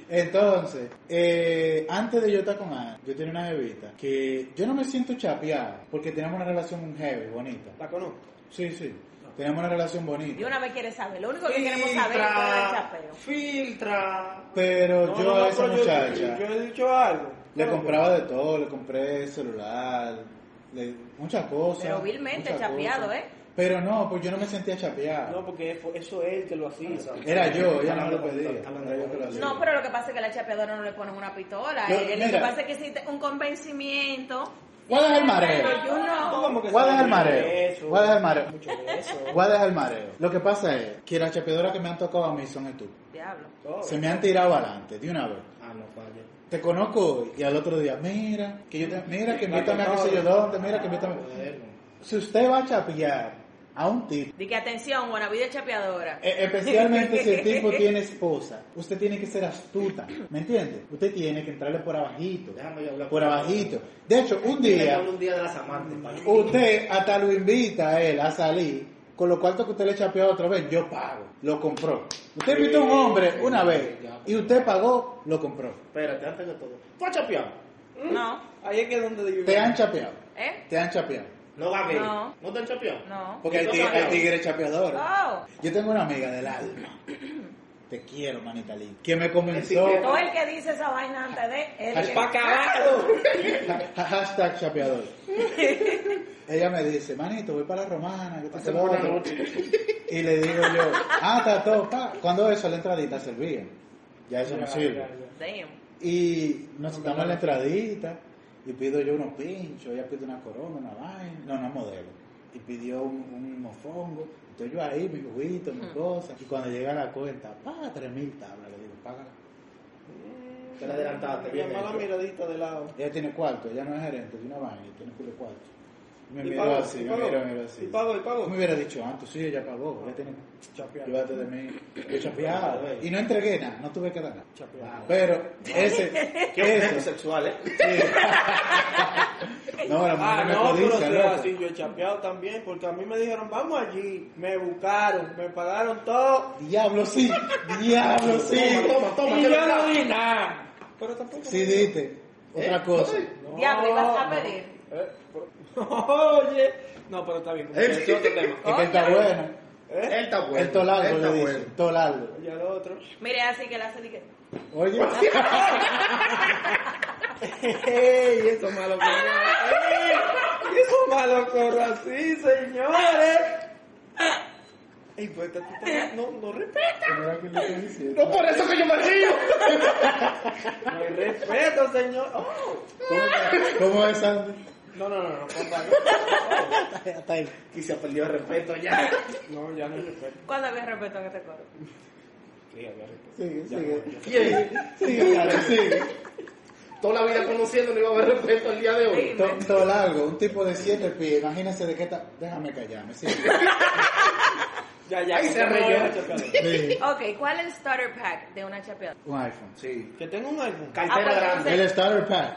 [SPEAKER 2] Entonces, eh, antes de yo estar con Ana, yo tenía una jevita que yo no me siento chapeado porque tenemos una relación heavy, bonita.
[SPEAKER 4] La conozco.
[SPEAKER 2] Sí, sí. Teníamos una relación bonita.
[SPEAKER 3] Y una vez quiere saber, lo único que queremos saber es cuál es el
[SPEAKER 6] Filtra,
[SPEAKER 3] chapeo.
[SPEAKER 6] filtra.
[SPEAKER 2] Pero yo a esa
[SPEAKER 4] pero yo-
[SPEAKER 2] muchacha
[SPEAKER 4] Yo, he dicho algo.
[SPEAKER 2] le
[SPEAKER 4] Pero-
[SPEAKER 2] compraba de todo, le compré celular, le- muchas cosas.
[SPEAKER 3] Pero vilmente
[SPEAKER 2] muchas
[SPEAKER 3] chapeado,
[SPEAKER 2] cosas.
[SPEAKER 3] ¿eh?
[SPEAKER 2] Pero no, pues yo no me sentía chapeado.
[SPEAKER 4] No, porque fue- eso es él que lo hacía.
[SPEAKER 2] Era yo, ella no me lo
[SPEAKER 6] Hablando
[SPEAKER 2] pedía.
[SPEAKER 6] con- hablando
[SPEAKER 2] era yo
[SPEAKER 6] con-
[SPEAKER 2] que lo hacía.
[SPEAKER 3] No, pero lo que pasa es que a la chapeadora no le ponen una pistola.
[SPEAKER 2] Yo-
[SPEAKER 3] eh, lo
[SPEAKER 2] mira.
[SPEAKER 3] que pasa es que hiciste un convencimiento.
[SPEAKER 2] Voy a dejar el mareo.
[SPEAKER 3] Pero yo
[SPEAKER 4] Tú
[SPEAKER 3] no.
[SPEAKER 4] como que
[SPEAKER 2] Voy a dejar el
[SPEAKER 4] sabes
[SPEAKER 2] mareo.
[SPEAKER 4] eso.
[SPEAKER 2] Voy a dejar el mareo.
[SPEAKER 4] Mucho de eso.
[SPEAKER 2] Voy a dejar el mareo. Lo que pasa es que las chapeadoras que me han tocado a mí son estúpidas.
[SPEAKER 3] Diablo.
[SPEAKER 4] Todo.
[SPEAKER 2] Se me han tirado adelante de una vez.
[SPEAKER 6] Ah, no, falla.
[SPEAKER 2] Te conozco hoy y al otro día, mira, que yo te- mira que
[SPEAKER 4] Claro,
[SPEAKER 2] invítame a qué
[SPEAKER 4] Ah, no.
[SPEAKER 2] sé yo dónde, mira que invítame.
[SPEAKER 6] Bueno.
[SPEAKER 2] Si usted va a chapear a un tipo
[SPEAKER 3] Di que atención, buena vida chapeadora.
[SPEAKER 2] E- Especialmente si el tipo tiene esposa. Usted tiene que ser astuta, ¿me entiende? Usted tiene que entrarle por abajito.
[SPEAKER 6] Déjame yo hablar.
[SPEAKER 2] Por abajito. De hecho, un
[SPEAKER 6] Día.
[SPEAKER 2] día,
[SPEAKER 6] Un día de las amantes,
[SPEAKER 4] Mm.
[SPEAKER 6] palla.
[SPEAKER 2] usted hasta lo invita a él a salir. Con lo cuartos que usted le chapeó otra vez, yo pago. Lo compró. Usted invitó a un hombre una vez y usted pagó, lo compró.
[SPEAKER 6] Espérate, antes de todo. ¿Tú has chapeado?
[SPEAKER 3] No,
[SPEAKER 4] Ahí es que es donde yo
[SPEAKER 2] Te han chapeado.
[SPEAKER 3] ¿eh?
[SPEAKER 2] Te han chapeado.
[SPEAKER 6] No gagué.
[SPEAKER 3] No.
[SPEAKER 6] ¿No te han chapeado?
[SPEAKER 3] No.
[SPEAKER 2] Porque hay, ti- hay tigres chapeadores.
[SPEAKER 3] Oh.
[SPEAKER 2] Yo tengo una amiga del alma. Te quiero, manita linda. Que me comenzó.
[SPEAKER 6] Etiqueta.
[SPEAKER 3] Todo el que dice esa vaina antes de él.
[SPEAKER 2] Al
[SPEAKER 3] que-
[SPEAKER 4] ¡Pa' acabado!
[SPEAKER 2] Ha- Hashtag chapeador. Ella me dice, manito, voy para la romana. que esto, que lo
[SPEAKER 6] Hacemos una
[SPEAKER 2] otro".
[SPEAKER 6] noche.
[SPEAKER 2] Y le digo yo, ah, está todo, pa. Cuando eso, la entradita servía. Ya eso no
[SPEAKER 4] Ya,
[SPEAKER 2] sirve.
[SPEAKER 4] ya, ya.
[SPEAKER 3] Damn.
[SPEAKER 2] Y nos sentamos en la entradita y pido yo unos pinchos, ella pide una corona, una vaina, no, una modelo. Y pidió un, un mofongo. Entonces yo ahí, mi juguito, mi cosa. Y cuando llega la cuenta, paga tres mil tablas. Le digo, págala.
[SPEAKER 6] Te la adelantaste, bien
[SPEAKER 4] Llamá la
[SPEAKER 6] hecho.
[SPEAKER 4] miradita de lado.
[SPEAKER 2] Ella tiene cuarto, ella no es gerente, tiene una vaina, y tiene culo cuarto. Y me
[SPEAKER 4] Y
[SPEAKER 2] miró
[SPEAKER 4] pagó,
[SPEAKER 2] así,
[SPEAKER 4] y
[SPEAKER 2] me
[SPEAKER 4] pagó.
[SPEAKER 2] miró, me miró así.
[SPEAKER 4] Y pagó, y pagó.
[SPEAKER 2] Tú me hubiera dicho antes, sí, ella pagó, ella tiene
[SPEAKER 4] Chapeado.
[SPEAKER 2] llévate de mí. Yo chapeaba.
[SPEAKER 6] Chapeado, eh.
[SPEAKER 2] Y no entregué nada, no tuve que dar nada.
[SPEAKER 4] Chapeado.
[SPEAKER 2] Pero ese, eso,
[SPEAKER 6] sexual, ¿eh?
[SPEAKER 2] no, la
[SPEAKER 4] Ah,
[SPEAKER 2] mujer me
[SPEAKER 4] no, pero
[SPEAKER 2] codicia,
[SPEAKER 4] sea
[SPEAKER 2] loco.
[SPEAKER 4] así, yo he chapeado también, porque a mí me dijeron, vamos allí, me buscaron, me pagaron todo,
[SPEAKER 2] Diablo sí, diablo sí.
[SPEAKER 6] Toma, toma, toma.
[SPEAKER 4] y
[SPEAKER 6] que
[SPEAKER 4] yo
[SPEAKER 6] lo-
[SPEAKER 4] no di nada. Pero tampoco...
[SPEAKER 2] Sí, diste. Otra
[SPEAKER 6] ¿Eh?
[SPEAKER 2] cosa.
[SPEAKER 4] No,
[SPEAKER 3] Diablo, ibas a
[SPEAKER 4] no.
[SPEAKER 3] pedir.
[SPEAKER 4] Eh, pero- Oye, no, pero está bien, como que
[SPEAKER 6] Eh.
[SPEAKER 4] es otro tema.
[SPEAKER 2] Es que está
[SPEAKER 3] Oye.
[SPEAKER 2] bueno.
[SPEAKER 4] ¿Eh?
[SPEAKER 6] Él está bueno.
[SPEAKER 2] El tolargo
[SPEAKER 6] él está
[SPEAKER 2] le dice.
[SPEAKER 6] bueno.
[SPEAKER 2] Tolargo.
[SPEAKER 4] Y al otro...
[SPEAKER 3] Mire, así que la hace. di que-
[SPEAKER 2] Oye,
[SPEAKER 4] ¡Ey! Eso malo corro ¡Ey! Eso malo corro así, señores. Ey, pues esta tipa no, no respeta.
[SPEAKER 2] mira que le estoy diciendo.
[SPEAKER 6] No por eso que yo me río.
[SPEAKER 4] No hay respeto, señor. Oh.
[SPEAKER 2] ¿Cómo, cómo es, Andy?
[SPEAKER 4] No, no, no, no, compa,
[SPEAKER 2] Hasta ahí.
[SPEAKER 6] Y se perdió el respeto ya.
[SPEAKER 4] no. No, ya no hay respeto.
[SPEAKER 3] ¿Cuándo había respeto en este coro?
[SPEAKER 2] Sigue, sigue.
[SPEAKER 6] Bien.
[SPEAKER 2] Sigue, Andy, sigue.
[SPEAKER 6] Toda la vida conociendo no iba a haber respeto el día de hoy.
[SPEAKER 2] To- Todo largo, un tipo de siete pies, imagínense de qué está. Déjame callarme, sí.
[SPEAKER 4] Ya, ya.
[SPEAKER 6] Ahí se
[SPEAKER 4] ya no
[SPEAKER 6] reyó.
[SPEAKER 4] voy a chapear.
[SPEAKER 2] Sí,
[SPEAKER 3] Ok, ¿cuál es el starter pack de una chapeadora?
[SPEAKER 2] Un iPhone.
[SPEAKER 6] Sí.
[SPEAKER 4] Que tengo un iPhone.
[SPEAKER 3] Ah,
[SPEAKER 6] Cartera
[SPEAKER 3] pues,
[SPEAKER 6] grande.
[SPEAKER 2] El starter pack,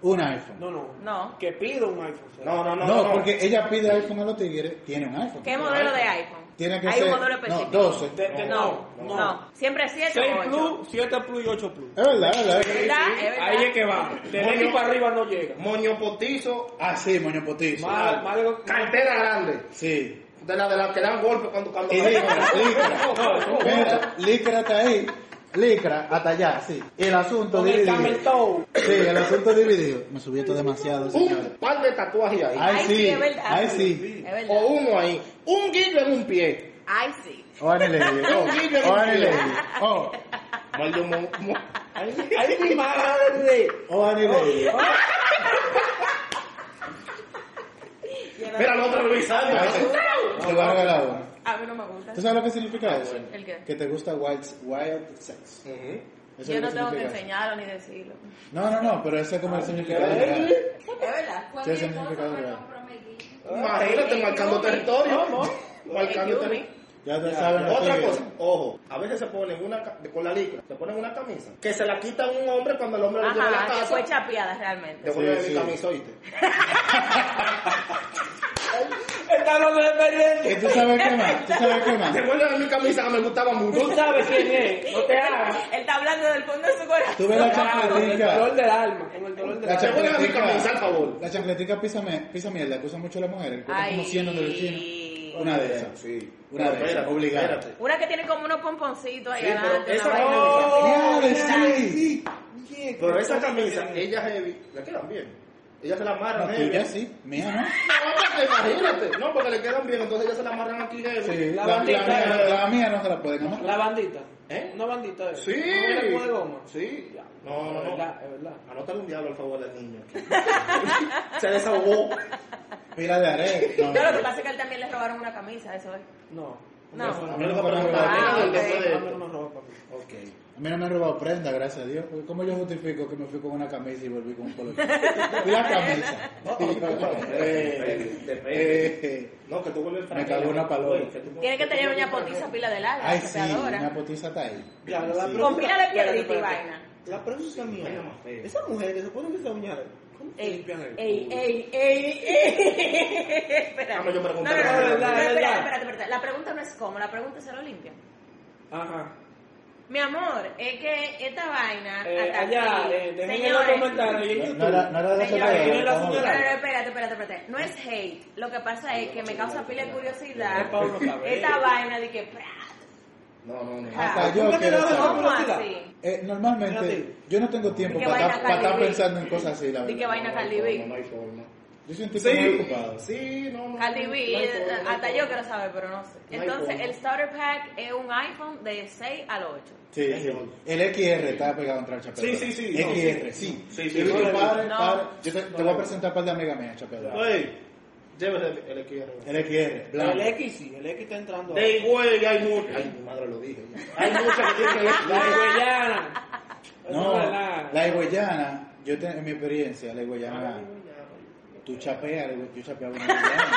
[SPEAKER 2] un iPhone. No,
[SPEAKER 4] No, no.
[SPEAKER 3] No.
[SPEAKER 4] Que pido un iPhone. ¿sabes?
[SPEAKER 6] No, no, no. No,
[SPEAKER 2] porque ella pide iPhone a los tigres, tiene un iPhone.
[SPEAKER 3] ¿Qué modelo de iPhone?
[SPEAKER 2] Tiene que
[SPEAKER 3] Hay
[SPEAKER 2] ser.
[SPEAKER 3] un modelo
[SPEAKER 2] no,
[SPEAKER 3] específico.
[SPEAKER 2] 12.
[SPEAKER 4] De- de-
[SPEAKER 3] No,
[SPEAKER 4] no,
[SPEAKER 3] no.
[SPEAKER 4] no.
[SPEAKER 3] Siempre 7
[SPEAKER 4] 6
[SPEAKER 3] o 8.
[SPEAKER 4] plus, 7 plus y 8 plus.
[SPEAKER 2] Es verdad, es verdad.
[SPEAKER 3] ¿Verdad? Es verdad.
[SPEAKER 4] Ahí es que va. De
[SPEAKER 6] Moño.
[SPEAKER 4] aquí para arriba no llega.
[SPEAKER 6] Moño potizo.
[SPEAKER 2] Ah, sí, moño potizo.
[SPEAKER 4] Mal, mal.
[SPEAKER 6] Cartera grande.
[SPEAKER 2] Sí.
[SPEAKER 6] De la de la que dan golpe cuando cuando.
[SPEAKER 2] Y licra,
[SPEAKER 6] No,
[SPEAKER 2] licra.
[SPEAKER 6] no, no.
[SPEAKER 2] Mira, licra está ahí. Licra, hasta allá, sí. Y el asunto
[SPEAKER 4] Con el
[SPEAKER 2] dividido.
[SPEAKER 4] camel toe.
[SPEAKER 2] Sí, el asunto dividido. Me subí esto demasiado, señores.
[SPEAKER 6] Un par de tatuajes ahí.
[SPEAKER 2] Ay,
[SPEAKER 3] Ay, sí,
[SPEAKER 2] sí.
[SPEAKER 3] es verdad.
[SPEAKER 2] Ay, sí.
[SPEAKER 3] Es verdad.
[SPEAKER 6] O uno ahí. Un guillo en un pie.
[SPEAKER 3] Ay, sí.
[SPEAKER 2] Oren el ello.
[SPEAKER 6] Oh,
[SPEAKER 2] Oren el ello. Oh,
[SPEAKER 6] Maldo mo- mo-
[SPEAKER 4] ¡Ay, mi- ay, mi madre!
[SPEAKER 2] oren el ello.
[SPEAKER 6] Mira, lo otro revisando.
[SPEAKER 2] Te voy a regalar uno.
[SPEAKER 3] A mí no me gusta.
[SPEAKER 2] ¿Tú sabes lo que significa eso?
[SPEAKER 3] ¿El qué?
[SPEAKER 2] Que te gusta wild, wild sex. Eso
[SPEAKER 3] Yo
[SPEAKER 2] es lo
[SPEAKER 3] no tengo que
[SPEAKER 2] significa.
[SPEAKER 3] enseñarlo ni decirlo.
[SPEAKER 2] No, no, no, pero ese es como el significado real.
[SPEAKER 3] Es verdad.
[SPEAKER 2] Sí,
[SPEAKER 5] Cualquier
[SPEAKER 2] ese es el
[SPEAKER 5] cosa
[SPEAKER 2] significado
[SPEAKER 5] me
[SPEAKER 2] real.
[SPEAKER 5] compro mi guía.
[SPEAKER 6] Imagínate marcando territorio. Marcando
[SPEAKER 3] Excuse me.
[SPEAKER 6] territorio.
[SPEAKER 2] Ya te saben los
[SPEAKER 6] Otra
[SPEAKER 2] tigres.
[SPEAKER 6] cosa, ojo, a veces se ponen una ca- con la licra, se ponen una camisa que se la quita un hombre cuando el hombre lo lleva a la
[SPEAKER 3] Ajá, que fue
[SPEAKER 6] casa.
[SPEAKER 3] chapeada realmente.
[SPEAKER 6] Devuelve
[SPEAKER 2] Sí,
[SPEAKER 6] mi
[SPEAKER 2] sí.
[SPEAKER 6] camisa, oíste.
[SPEAKER 4] Esta no me
[SPEAKER 2] ¿Y
[SPEAKER 4] pertenece.
[SPEAKER 2] tú sabes qué más? ¿Tú sabes qué más?
[SPEAKER 6] Devuelve mi camisa que me gustaba mucho.
[SPEAKER 4] Tú sabes quién es. No te hagas.
[SPEAKER 3] Él está hablando del fondo de su corazón.
[SPEAKER 2] Tú ves la
[SPEAKER 4] Con el dolor
[SPEAKER 2] chancletica.
[SPEAKER 4] del alma. Con el dolor del
[SPEAKER 2] La
[SPEAKER 4] alma.
[SPEAKER 6] Devuelve mi camisa, al favor.
[SPEAKER 2] La chancletica pisa, me- pisa mierda, que usan mucho las mujeres. que Cuesta como 100 de los chinos.
[SPEAKER 3] Sí.
[SPEAKER 2] Una de esas.
[SPEAKER 6] Sí.
[SPEAKER 2] Una de esas, obligada.
[SPEAKER 6] espérate.
[SPEAKER 3] Una que tiene como unos pomponcitos ahí
[SPEAKER 6] Sí, pero
[SPEAKER 3] adelante.
[SPEAKER 6] esa-
[SPEAKER 3] una vaina
[SPEAKER 6] ¡Oh!
[SPEAKER 2] Diablo, sí.
[SPEAKER 6] Sí. Pero esa camisa, ella heavy, la quedan bien. Ella se la amarran
[SPEAKER 2] No,
[SPEAKER 6] heavy.
[SPEAKER 2] tuya sí, mía no.
[SPEAKER 6] No, porque imagínate. No, porque le quedan bien, entonces ella se la amarran aquí heavy.
[SPEAKER 2] Sí, la,
[SPEAKER 4] La
[SPEAKER 2] la
[SPEAKER 4] bandita,
[SPEAKER 2] mía,
[SPEAKER 4] eh.
[SPEAKER 2] la mía no se la pueden amarrar.
[SPEAKER 4] La bandita.
[SPEAKER 6] ¿Eh?
[SPEAKER 4] Una bandita. ¿eh?
[SPEAKER 6] Sí.
[SPEAKER 4] ¿No era como de goma?
[SPEAKER 6] Sí. No,
[SPEAKER 4] Es
[SPEAKER 6] no, no.
[SPEAKER 4] verdad, es verdad.
[SPEAKER 6] Anótale un diablo al favor del niño. se desahogó.
[SPEAKER 2] Pila de arena.
[SPEAKER 3] No, lo que pasa es que a él también le robaron una camisa, eso es.
[SPEAKER 4] No.
[SPEAKER 3] No.
[SPEAKER 4] Eso
[SPEAKER 6] Hablando
[SPEAKER 2] Ah,
[SPEAKER 6] con la
[SPEAKER 3] ok.
[SPEAKER 6] después de
[SPEAKER 4] A mí no
[SPEAKER 6] esto.
[SPEAKER 4] me roba, papi.
[SPEAKER 2] Ok. A mí no me han robado prenda, gracias a Dios. porque ¿Cómo yo justifico que me fui con una camisa y volví con un polo? la camisa. Eh,
[SPEAKER 6] Depende.
[SPEAKER 2] eh,
[SPEAKER 6] No, que tú vuelves
[SPEAKER 2] Me cagó una paloma.
[SPEAKER 6] Oye, que tú-
[SPEAKER 3] Tiene que tener una potiza pila de larga,
[SPEAKER 2] Ay,
[SPEAKER 3] que
[SPEAKER 2] sí,
[SPEAKER 3] se adora.
[SPEAKER 2] una potiza está ahí.
[SPEAKER 4] Ya, la
[SPEAKER 2] Sí.
[SPEAKER 4] pregunta-
[SPEAKER 3] Con pila de
[SPEAKER 4] espérate,
[SPEAKER 3] piedrita y
[SPEAKER 4] espérate.
[SPEAKER 3] vaina.
[SPEAKER 4] La pregunta mía.
[SPEAKER 6] vaina más fea.
[SPEAKER 4] Esas mujeres se ponen esa uñada. ¿Cómo se
[SPEAKER 3] Ey,
[SPEAKER 4] limpian el
[SPEAKER 3] ey,
[SPEAKER 4] culo? Ah,
[SPEAKER 3] ey, ey, ey. Espera.
[SPEAKER 6] Vamos, yo pregunto.
[SPEAKER 3] No, no, no,
[SPEAKER 6] Es
[SPEAKER 3] no, no,
[SPEAKER 4] verdad, es
[SPEAKER 3] espérate,
[SPEAKER 4] verdad.
[SPEAKER 3] espérate, espérate. La pregunta no es cómo, la pregunta es se lo limpian.
[SPEAKER 4] Ajá.
[SPEAKER 3] Mi amor, es que esta vaina.
[SPEAKER 4] Eh,
[SPEAKER 3] hasta
[SPEAKER 4] allá,
[SPEAKER 3] aquí,
[SPEAKER 4] eh, dejen en los
[SPEAKER 3] señores,
[SPEAKER 4] comentarios y en
[SPEAKER 2] No,
[SPEAKER 4] YouTube.
[SPEAKER 2] no era, no era de
[SPEAKER 3] Señores,
[SPEAKER 2] soledad,
[SPEAKER 4] ¿quién es la
[SPEAKER 2] estamos
[SPEAKER 3] Pero,
[SPEAKER 4] señora?
[SPEAKER 2] hablando.
[SPEAKER 3] pero, espérate, espérate, espérate. No es hate. Lo que pasa es que me causa pila de
[SPEAKER 4] Es
[SPEAKER 3] curiosidad.
[SPEAKER 4] para uno saber.
[SPEAKER 3] Esta vaina de que. ¡pra!
[SPEAKER 6] No, no, no.
[SPEAKER 3] Ah,
[SPEAKER 2] Hasta yo
[SPEAKER 4] ¿Cómo que
[SPEAKER 2] quiero
[SPEAKER 4] no?
[SPEAKER 2] saber.
[SPEAKER 3] ¿Cómo
[SPEAKER 4] curiosidad.
[SPEAKER 3] así?
[SPEAKER 2] Eh, normalmente,
[SPEAKER 4] Espérate.
[SPEAKER 2] yo no tengo tiempo
[SPEAKER 3] ¿De qué
[SPEAKER 2] para
[SPEAKER 3] vaina
[SPEAKER 2] estar- para estar
[SPEAKER 3] Cali Beat?
[SPEAKER 2] pensando en cosas así, la
[SPEAKER 3] ¿De qué
[SPEAKER 2] verdad.
[SPEAKER 3] vaina Cardi
[SPEAKER 6] No, no
[SPEAKER 3] B?
[SPEAKER 6] hay forma.
[SPEAKER 2] Yo soy un tipo muy ocupado.
[SPEAKER 6] Sí, no, no.
[SPEAKER 3] Cardi
[SPEAKER 6] no
[SPEAKER 3] B,
[SPEAKER 6] hay
[SPEAKER 3] eh,
[SPEAKER 6] forma, no hay
[SPEAKER 3] hasta
[SPEAKER 6] forma.
[SPEAKER 3] yo quiero saber, pero no sé.
[SPEAKER 6] No hay
[SPEAKER 3] Entonces,
[SPEAKER 6] forma.
[SPEAKER 3] el starter pack es un iPhone de 6 al 8.
[SPEAKER 2] Sí, sí. El XR está pegado contra el chapeador.
[SPEAKER 6] Sí, sí, sí, no,
[SPEAKER 2] XR,
[SPEAKER 6] sí.
[SPEAKER 2] sí.
[SPEAKER 6] Sí, sí,
[SPEAKER 2] Yo
[SPEAKER 6] no,
[SPEAKER 2] digo,
[SPEAKER 6] no,
[SPEAKER 2] padre,
[SPEAKER 3] no.
[SPEAKER 2] padre, yo te, te voy a presentar un par de amigas mías, chapeador.
[SPEAKER 6] Ey, llévese el el XR.
[SPEAKER 2] El XR,
[SPEAKER 4] El
[SPEAKER 2] blanco.
[SPEAKER 4] X sí, el X está entrando.
[SPEAKER 6] De güey, hay mucho. Ay, mi madre lo dije. ya. Hay mucho que tiene
[SPEAKER 3] Ah.
[SPEAKER 4] La higüeyana.
[SPEAKER 2] No,
[SPEAKER 4] Esa es la-
[SPEAKER 2] la higüeyana, yo te- en mi experiencia, la
[SPEAKER 6] Ah,
[SPEAKER 2] higüeyana, tú chapeas, la higüe- yo chapeaba una higüeyana.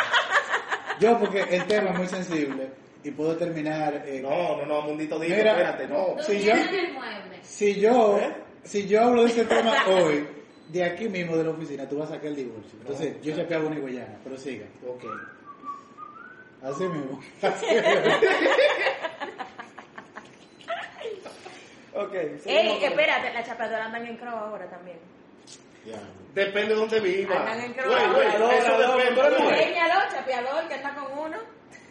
[SPEAKER 2] Yo, porque el tema es muy sensible y puedo terminar. eh,
[SPEAKER 6] No, no, no, mundito dije,
[SPEAKER 2] Mira.
[SPEAKER 6] espérate, no.
[SPEAKER 5] Tú
[SPEAKER 2] Sí, yo-
[SPEAKER 5] tienes el mueble.
[SPEAKER 2] Si yo, si yo hablo de ese tema hoy, de aquí mismo de la oficina, tú vas a sacar el divorcio. Entonces, yo chapeaba una higüeyana, pero siga.
[SPEAKER 6] Ok.
[SPEAKER 2] Así mismo. Así mismo.
[SPEAKER 4] Ok. seguimos
[SPEAKER 3] Ey,
[SPEAKER 4] con-
[SPEAKER 3] espérate, las chapeadoras andan en crow ahora también.
[SPEAKER 6] Depende de dónde viva.
[SPEAKER 3] Andan en
[SPEAKER 6] Güey,
[SPEAKER 3] croata,
[SPEAKER 6] güey,
[SPEAKER 4] adora,
[SPEAKER 6] eso
[SPEAKER 4] adora,
[SPEAKER 6] depende.
[SPEAKER 4] adora.
[SPEAKER 6] güey.
[SPEAKER 3] Peñalo, chapeador, que anda con uno.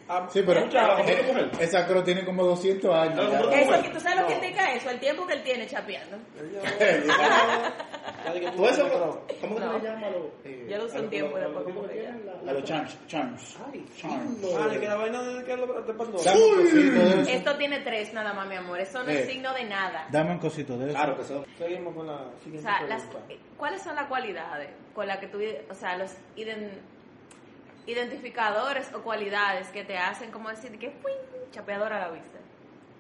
[SPEAKER 4] Ah,
[SPEAKER 2] Sí, pero
[SPEAKER 4] mucha-
[SPEAKER 6] Mucha-
[SPEAKER 2] eh,
[SPEAKER 6] mujer.
[SPEAKER 2] esa creo tiene como 200 años.
[SPEAKER 6] No,
[SPEAKER 2] ya.
[SPEAKER 6] no, no.
[SPEAKER 3] Eso, que ¿Tú sabes lo que indica eso? El tiempo que él tiene chapeando.
[SPEAKER 4] Dale que tú
[SPEAKER 6] Todo eso,
[SPEAKER 4] me creo.
[SPEAKER 2] Eh,
[SPEAKER 6] ¿cómo que
[SPEAKER 3] No.
[SPEAKER 6] se le llama? a los, eh,
[SPEAKER 3] Ya lo usé
[SPEAKER 6] a
[SPEAKER 3] un
[SPEAKER 6] los-
[SPEAKER 3] tiempo
[SPEAKER 6] a los-
[SPEAKER 3] después,
[SPEAKER 6] a los-
[SPEAKER 3] como que ya.
[SPEAKER 6] la- la-
[SPEAKER 2] A los charms, charms.
[SPEAKER 6] Ay,
[SPEAKER 2] Charms.
[SPEAKER 6] chulo.
[SPEAKER 4] Dale, que la vaina de que lo- te pasó.
[SPEAKER 2] Dame un cosito de eso.
[SPEAKER 3] Esto tiene tres nada más, mi amor. Eso no
[SPEAKER 2] Eh.
[SPEAKER 3] es signo de nada.
[SPEAKER 2] Dame un cosito de eso.
[SPEAKER 6] Claro que son.
[SPEAKER 4] Seguimos con la
[SPEAKER 3] O
[SPEAKER 4] siguiente
[SPEAKER 3] sea, las,
[SPEAKER 4] pregunta.
[SPEAKER 3] ¿cuáles son las cualidades con las que tú, o sea, los iden- identificadores o cualidades que te hacen como decir que fui chapeadora a la vista?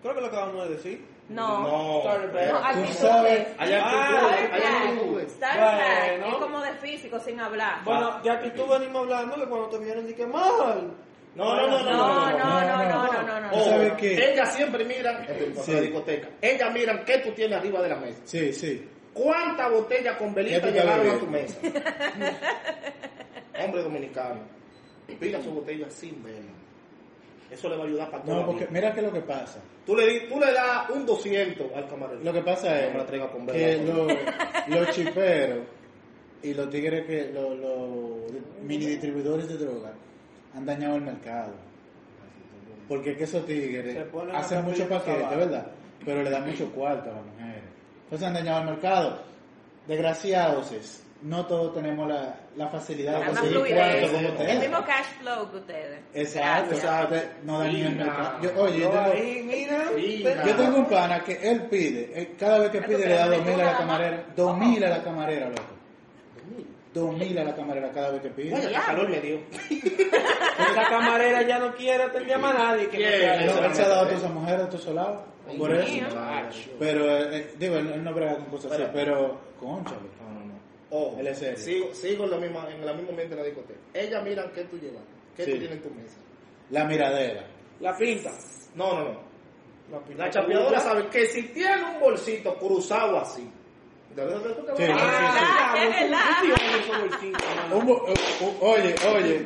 [SPEAKER 4] Creo que lo acabamos de decir.
[SPEAKER 3] No.
[SPEAKER 4] Sorry,
[SPEAKER 6] No.
[SPEAKER 4] pero-
[SPEAKER 3] No,
[SPEAKER 2] Tú
[SPEAKER 3] actitudes.
[SPEAKER 2] sabes.
[SPEAKER 6] Allá en
[SPEAKER 4] Ah,
[SPEAKER 6] Cuba,
[SPEAKER 3] Star
[SPEAKER 4] Ay,
[SPEAKER 6] allá en
[SPEAKER 3] Trek,
[SPEAKER 6] Cuba.
[SPEAKER 3] Star Trek
[SPEAKER 4] Bueno.
[SPEAKER 3] es como de físico sin hablar.
[SPEAKER 6] Ah.
[SPEAKER 4] Bueno, ya que tú venimos hablando que cuando te vieron dije mal.
[SPEAKER 6] No, no, no,
[SPEAKER 3] No,
[SPEAKER 6] no,
[SPEAKER 3] no,
[SPEAKER 6] no,
[SPEAKER 3] no, no, no, no, no.
[SPEAKER 2] ¿Tú sabes
[SPEAKER 6] Oh,
[SPEAKER 2] qué?
[SPEAKER 6] Ellas siempre miran, en tu-
[SPEAKER 2] Sí.
[SPEAKER 6] en la discoteca, ellas miran qué tú tienes arriba de la mesa.
[SPEAKER 2] Sí, sí.
[SPEAKER 6] ¿Cuántas botellas con
[SPEAKER 2] ¿Qué
[SPEAKER 6] velita
[SPEAKER 2] tú
[SPEAKER 6] llegaron
[SPEAKER 2] estás
[SPEAKER 6] a tu mesa? Hombre dominicano, pida su botella sin vela. Eso le va a ayudar para todo.
[SPEAKER 2] No, porque mira que lo que pasa.
[SPEAKER 6] tú, le, di- tú le das un 200 al camarero.
[SPEAKER 2] Lo que pasa
[SPEAKER 6] No me la
[SPEAKER 2] es
[SPEAKER 6] traiga con
[SPEAKER 2] que
[SPEAKER 6] vela.
[SPEAKER 2] los, los chiperos y los tigres que los, los mini distribuidores de droga han dañado el mercado. Porque es que esos
[SPEAKER 4] Se
[SPEAKER 2] tigres
[SPEAKER 4] ponen a
[SPEAKER 2] hacen mucho
[SPEAKER 4] cambiar
[SPEAKER 2] paquete,
[SPEAKER 4] trabajo.
[SPEAKER 2] ¿verdad? Pero le dan mucho cuarto a las mujeres. Entonces han dañado el mercado. Desgraciados es. No todos tenemos la, la facilidad de
[SPEAKER 3] La más
[SPEAKER 2] conseguir
[SPEAKER 3] fluidez.
[SPEAKER 2] cuarto como
[SPEAKER 3] El
[SPEAKER 2] ustedes.
[SPEAKER 3] mismo cash flow que ustedes.
[SPEAKER 2] Exacto,
[SPEAKER 3] Gracias.
[SPEAKER 2] exacto. No dañan el
[SPEAKER 6] Mira.
[SPEAKER 2] mercado. Yo- oye, yo
[SPEAKER 4] Yo
[SPEAKER 2] tengo-
[SPEAKER 4] ahí, mira.
[SPEAKER 6] Mira.
[SPEAKER 4] te-
[SPEAKER 2] yo tengo un pana que él pide, él cada vez que
[SPEAKER 3] Pero
[SPEAKER 2] pide
[SPEAKER 3] tú
[SPEAKER 2] le da
[SPEAKER 3] crees
[SPEAKER 2] dos
[SPEAKER 3] que
[SPEAKER 2] mil a
[SPEAKER 3] tú
[SPEAKER 2] la
[SPEAKER 3] nada más-
[SPEAKER 2] camarera. Dos mil a la camarera, loco. Dos mil a la camarera cada vez que
[SPEAKER 6] Vaya,
[SPEAKER 2] pide.
[SPEAKER 6] hasta calor me dio.
[SPEAKER 4] Esa camarera ya no quiere atender más a nadie. Que no
[SPEAKER 6] Yeah.
[SPEAKER 4] sea
[SPEAKER 2] Él,
[SPEAKER 4] ella.
[SPEAKER 2] no- él se ha dado a todas esas mujeres, a todos esos lados, por
[SPEAKER 3] Dios
[SPEAKER 2] eso.
[SPEAKER 3] mío.
[SPEAKER 6] Chacho.
[SPEAKER 2] Pero, eh, eh, digo, él, él no brega con cosas así, pero, concha,
[SPEAKER 6] No, no, no. Ojo,
[SPEAKER 2] Él es serio.
[SPEAKER 6] Oh, sigo, sigo en, la misma, en la misma mente de la discoteca. Ellas miran qué tú llevas, qué
[SPEAKER 2] Sí.
[SPEAKER 6] tú tienes en tu mesa.
[SPEAKER 2] la miradera.
[SPEAKER 4] La pinta.
[SPEAKER 6] No, no, no.
[SPEAKER 4] La pinta.
[SPEAKER 6] La chapeadora sabe que si tiene un bolsito cruzado así. ¿De verdad tú te
[SPEAKER 2] Sí.
[SPEAKER 6] vas a-
[SPEAKER 4] Ah,
[SPEAKER 3] Ah, es verdad.
[SPEAKER 4] claro, es un bolsito, mano.
[SPEAKER 2] Un bo- eh, u- oye, oye,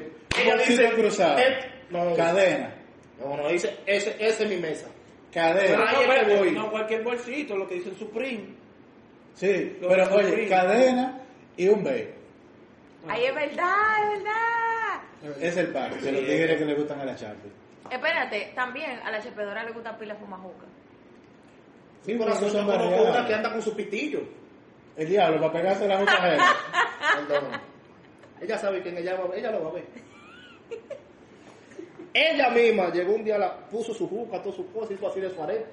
[SPEAKER 6] Ella
[SPEAKER 2] un
[SPEAKER 6] dice,
[SPEAKER 2] bolsito cruzado,
[SPEAKER 6] eh, no.
[SPEAKER 2] cadena,
[SPEAKER 6] No, no, dice, ese, ese es mi mesa.
[SPEAKER 4] Pero
[SPEAKER 2] cadena.
[SPEAKER 6] Ay,
[SPEAKER 4] no, pues,
[SPEAKER 6] es que voy.
[SPEAKER 4] no, cualquier bolsito, lo que dicen Supreme.
[SPEAKER 2] Sí,
[SPEAKER 4] Lo
[SPEAKER 2] pero
[SPEAKER 4] que
[SPEAKER 2] oye,
[SPEAKER 4] fui.
[SPEAKER 2] cadena y un baby.
[SPEAKER 3] Ay, es verdad, es verdad.
[SPEAKER 2] Es el party de los tigres que le gustan a la Chapi.
[SPEAKER 3] Espérate, también a la chepedora le gusta pila fumajuca.
[SPEAKER 2] Sí,
[SPEAKER 6] Por
[SPEAKER 2] por eso
[SPEAKER 6] eso
[SPEAKER 2] son
[SPEAKER 6] yo conozco una que
[SPEAKER 2] barriadas.
[SPEAKER 6] anda con su pitillo.
[SPEAKER 2] El diablo, para pegarse la otra gente.
[SPEAKER 6] Perdón. Ella sabe quién ella va a ver, ella lo va a ver. Ella misma llegó un día, la puso su juca, todas sus cosas, hizo así de su arete.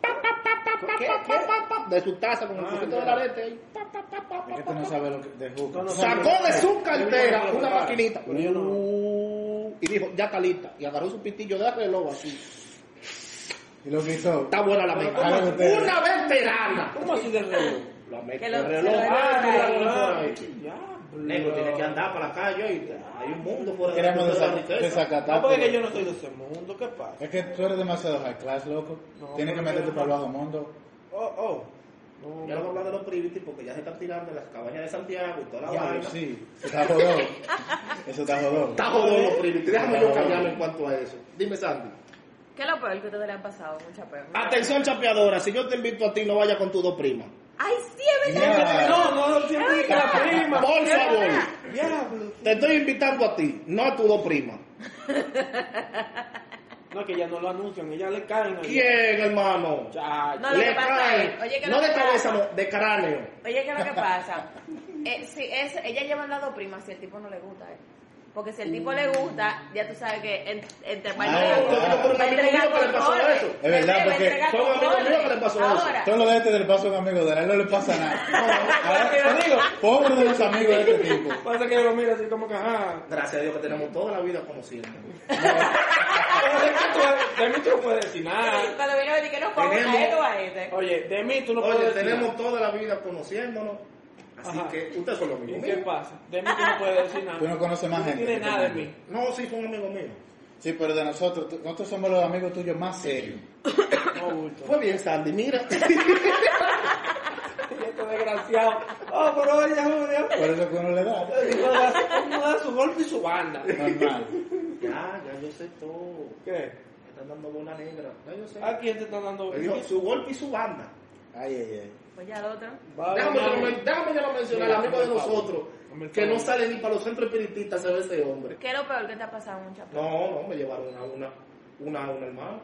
[SPEAKER 6] Pa, pa, pa, pa, pa, pa, pa, pa, De su taza con el
[SPEAKER 4] Ah,
[SPEAKER 6] poquito
[SPEAKER 4] ya.
[SPEAKER 6] de la arete. ahí. Pa, pa, pa, pa,
[SPEAKER 2] Es que
[SPEAKER 6] pa,
[SPEAKER 2] tú no
[SPEAKER 6] pa.
[SPEAKER 2] sabes lo que de juca.
[SPEAKER 4] No, no,
[SPEAKER 6] Sacó de su
[SPEAKER 4] Yo
[SPEAKER 6] cartera
[SPEAKER 4] no
[SPEAKER 6] una
[SPEAKER 4] sabía.
[SPEAKER 6] maquinita.
[SPEAKER 4] Pero yo no-
[SPEAKER 6] Uh, Y dijo, ya está lista. Y agarró su pitillo de reloj así.
[SPEAKER 2] Y lo quitó.
[SPEAKER 6] Está buena la
[SPEAKER 2] Pero
[SPEAKER 6] mezcla.
[SPEAKER 2] ¿cómo ustedes?
[SPEAKER 6] Una veterana.
[SPEAKER 4] ¿Cómo así de reloj?
[SPEAKER 6] La
[SPEAKER 3] Que
[SPEAKER 6] mezcla
[SPEAKER 3] lo-
[SPEAKER 6] de
[SPEAKER 3] se
[SPEAKER 6] reloj.
[SPEAKER 3] lo
[SPEAKER 6] Ah,
[SPEAKER 3] deja
[SPEAKER 6] que la-
[SPEAKER 4] Ay,
[SPEAKER 6] Negro,
[SPEAKER 4] diablo.
[SPEAKER 6] tienes que andar para la calle. oíste. Hay un mundo por ahí.
[SPEAKER 2] Queremos
[SPEAKER 6] de la
[SPEAKER 2] desa-
[SPEAKER 6] riqueza.
[SPEAKER 4] No, Ah, porque es que
[SPEAKER 2] desacatarte.
[SPEAKER 4] yo no soy de ese mundo, ¿qué pasa?
[SPEAKER 2] Es que tú eres demasiado high class, loco.
[SPEAKER 4] No,
[SPEAKER 2] Tienes que
[SPEAKER 4] pero
[SPEAKER 2] meterte
[SPEAKER 4] no.
[SPEAKER 2] para el bajo mundo.
[SPEAKER 4] Oh, oh. No,
[SPEAKER 6] Ya lo
[SPEAKER 4] no.
[SPEAKER 6] hablar de los privitis porque ya se están tirando las cabañas de Santiago y toda la
[SPEAKER 2] Diablo,
[SPEAKER 6] vaina.
[SPEAKER 2] sí. Eso está jodón. Eso está jodón.
[SPEAKER 6] Está jodido los privitis. Déjame
[SPEAKER 2] No.
[SPEAKER 6] yo callarme en cuanto a eso. Dime, Sandy.
[SPEAKER 3] ¿Qué es lo peor que ustedes le han pasado? Mucha pena.
[SPEAKER 6] Atención, chapeadora. Si yo te invito a ti, no vayas con tus dos primas.
[SPEAKER 3] ¡Ay, sí, es verdad!
[SPEAKER 2] Ya.
[SPEAKER 4] No, no, no, siempre dije la prima.
[SPEAKER 6] Por favor.
[SPEAKER 4] Diablo.
[SPEAKER 6] Te estoy invitando a ti, no a tus dos primas.
[SPEAKER 4] No, que ya no lo anuncian, ella le caen. ahí.
[SPEAKER 6] ¿Quién, hermano?
[SPEAKER 4] Chacho.
[SPEAKER 3] No, lo que pasa
[SPEAKER 6] cae.
[SPEAKER 3] es- oye, que
[SPEAKER 6] no
[SPEAKER 3] lo
[SPEAKER 6] de
[SPEAKER 3] que
[SPEAKER 6] cabeza,
[SPEAKER 3] pasa-
[SPEAKER 6] no, de cráneo.
[SPEAKER 3] Oye, ¿qué es lo que pasa? Eh, si es, ella lleva al lado prima si el tipo no le gusta, ¿eh? Porque si el tipo le gusta, ya tú sabes que en- entre
[SPEAKER 2] Ah,
[SPEAKER 3] pañuelos
[SPEAKER 2] claro.
[SPEAKER 3] va a entregar
[SPEAKER 6] Son amigos míos que le pasó
[SPEAKER 3] controles.
[SPEAKER 6] eso.
[SPEAKER 2] Es verdad,
[SPEAKER 3] Va a
[SPEAKER 2] porque
[SPEAKER 3] entregar
[SPEAKER 6] son amigos
[SPEAKER 3] controles.
[SPEAKER 6] míos que le pasó eso.
[SPEAKER 3] Ahora,
[SPEAKER 2] Todo lo de este del paso a un amigo de él, no le pasa nada.
[SPEAKER 4] que yo digo.
[SPEAKER 2] Pobre de los amigos de este tipo.
[SPEAKER 4] Pasa que yo lo miro así como que, ajá.
[SPEAKER 6] Gracias a Dios que tenemos toda la vida conociendo.
[SPEAKER 4] Pero de, mí tú, de mí tú no puedes decir
[SPEAKER 3] sí,
[SPEAKER 4] nada.
[SPEAKER 3] cuando vino a que no pongo a
[SPEAKER 6] Tenemos-
[SPEAKER 3] este o a este.
[SPEAKER 4] Oye, de mí tú no puedes
[SPEAKER 6] Oye,
[SPEAKER 4] decir
[SPEAKER 6] tenemos
[SPEAKER 4] nada.
[SPEAKER 6] toda la vida conociéndonos. Así
[SPEAKER 4] Ajá.
[SPEAKER 6] que ustedes son los
[SPEAKER 4] ¿Y
[SPEAKER 6] amigos
[SPEAKER 4] qué
[SPEAKER 6] míos.
[SPEAKER 4] pasa? De mí tú no puedes decir nada.
[SPEAKER 2] Tú no conoces más
[SPEAKER 4] Tú no
[SPEAKER 2] gente
[SPEAKER 4] tienes
[SPEAKER 2] que
[SPEAKER 4] nada de
[SPEAKER 2] conmigo.
[SPEAKER 4] mí.
[SPEAKER 6] No, sí, son amigos míos.
[SPEAKER 2] Sí, pero de nosotros, tú- nosotros somos los amigos tuyos más serios.
[SPEAKER 4] No, bulto.
[SPEAKER 6] Fue bien, Sandy, mira.
[SPEAKER 4] Y este desgraciado. Oh, pero oye, Julio.
[SPEAKER 2] Por eso que uno le da.
[SPEAKER 4] Uno da, su- uno da su golpe y su banda.
[SPEAKER 2] Normal.
[SPEAKER 6] ya, ya yo sé todo.
[SPEAKER 4] ¿Qué?
[SPEAKER 6] Me están dando bola negra. Ya yo sé.
[SPEAKER 4] ¿A quién te están dando
[SPEAKER 6] Me dijo, su golpe y su banda.
[SPEAKER 2] Ay, ay, ay.
[SPEAKER 3] Pues ya lo otro.
[SPEAKER 4] Va,
[SPEAKER 6] Déjame,
[SPEAKER 4] va,
[SPEAKER 6] yo,
[SPEAKER 4] va.
[SPEAKER 6] men- déjame yo lo mencionar, el
[SPEAKER 4] Mira,
[SPEAKER 6] amigo de
[SPEAKER 4] hazme el favor.
[SPEAKER 6] nosotros,
[SPEAKER 4] Hazme el
[SPEAKER 6] que no
[SPEAKER 4] favor.
[SPEAKER 6] sale ni para los centros espiritistas, se ve ese hombre.
[SPEAKER 3] ¿Qué es lo peor que te ha pasado, mucha pena?
[SPEAKER 6] No, no, me llevaron a una, una, una hermana.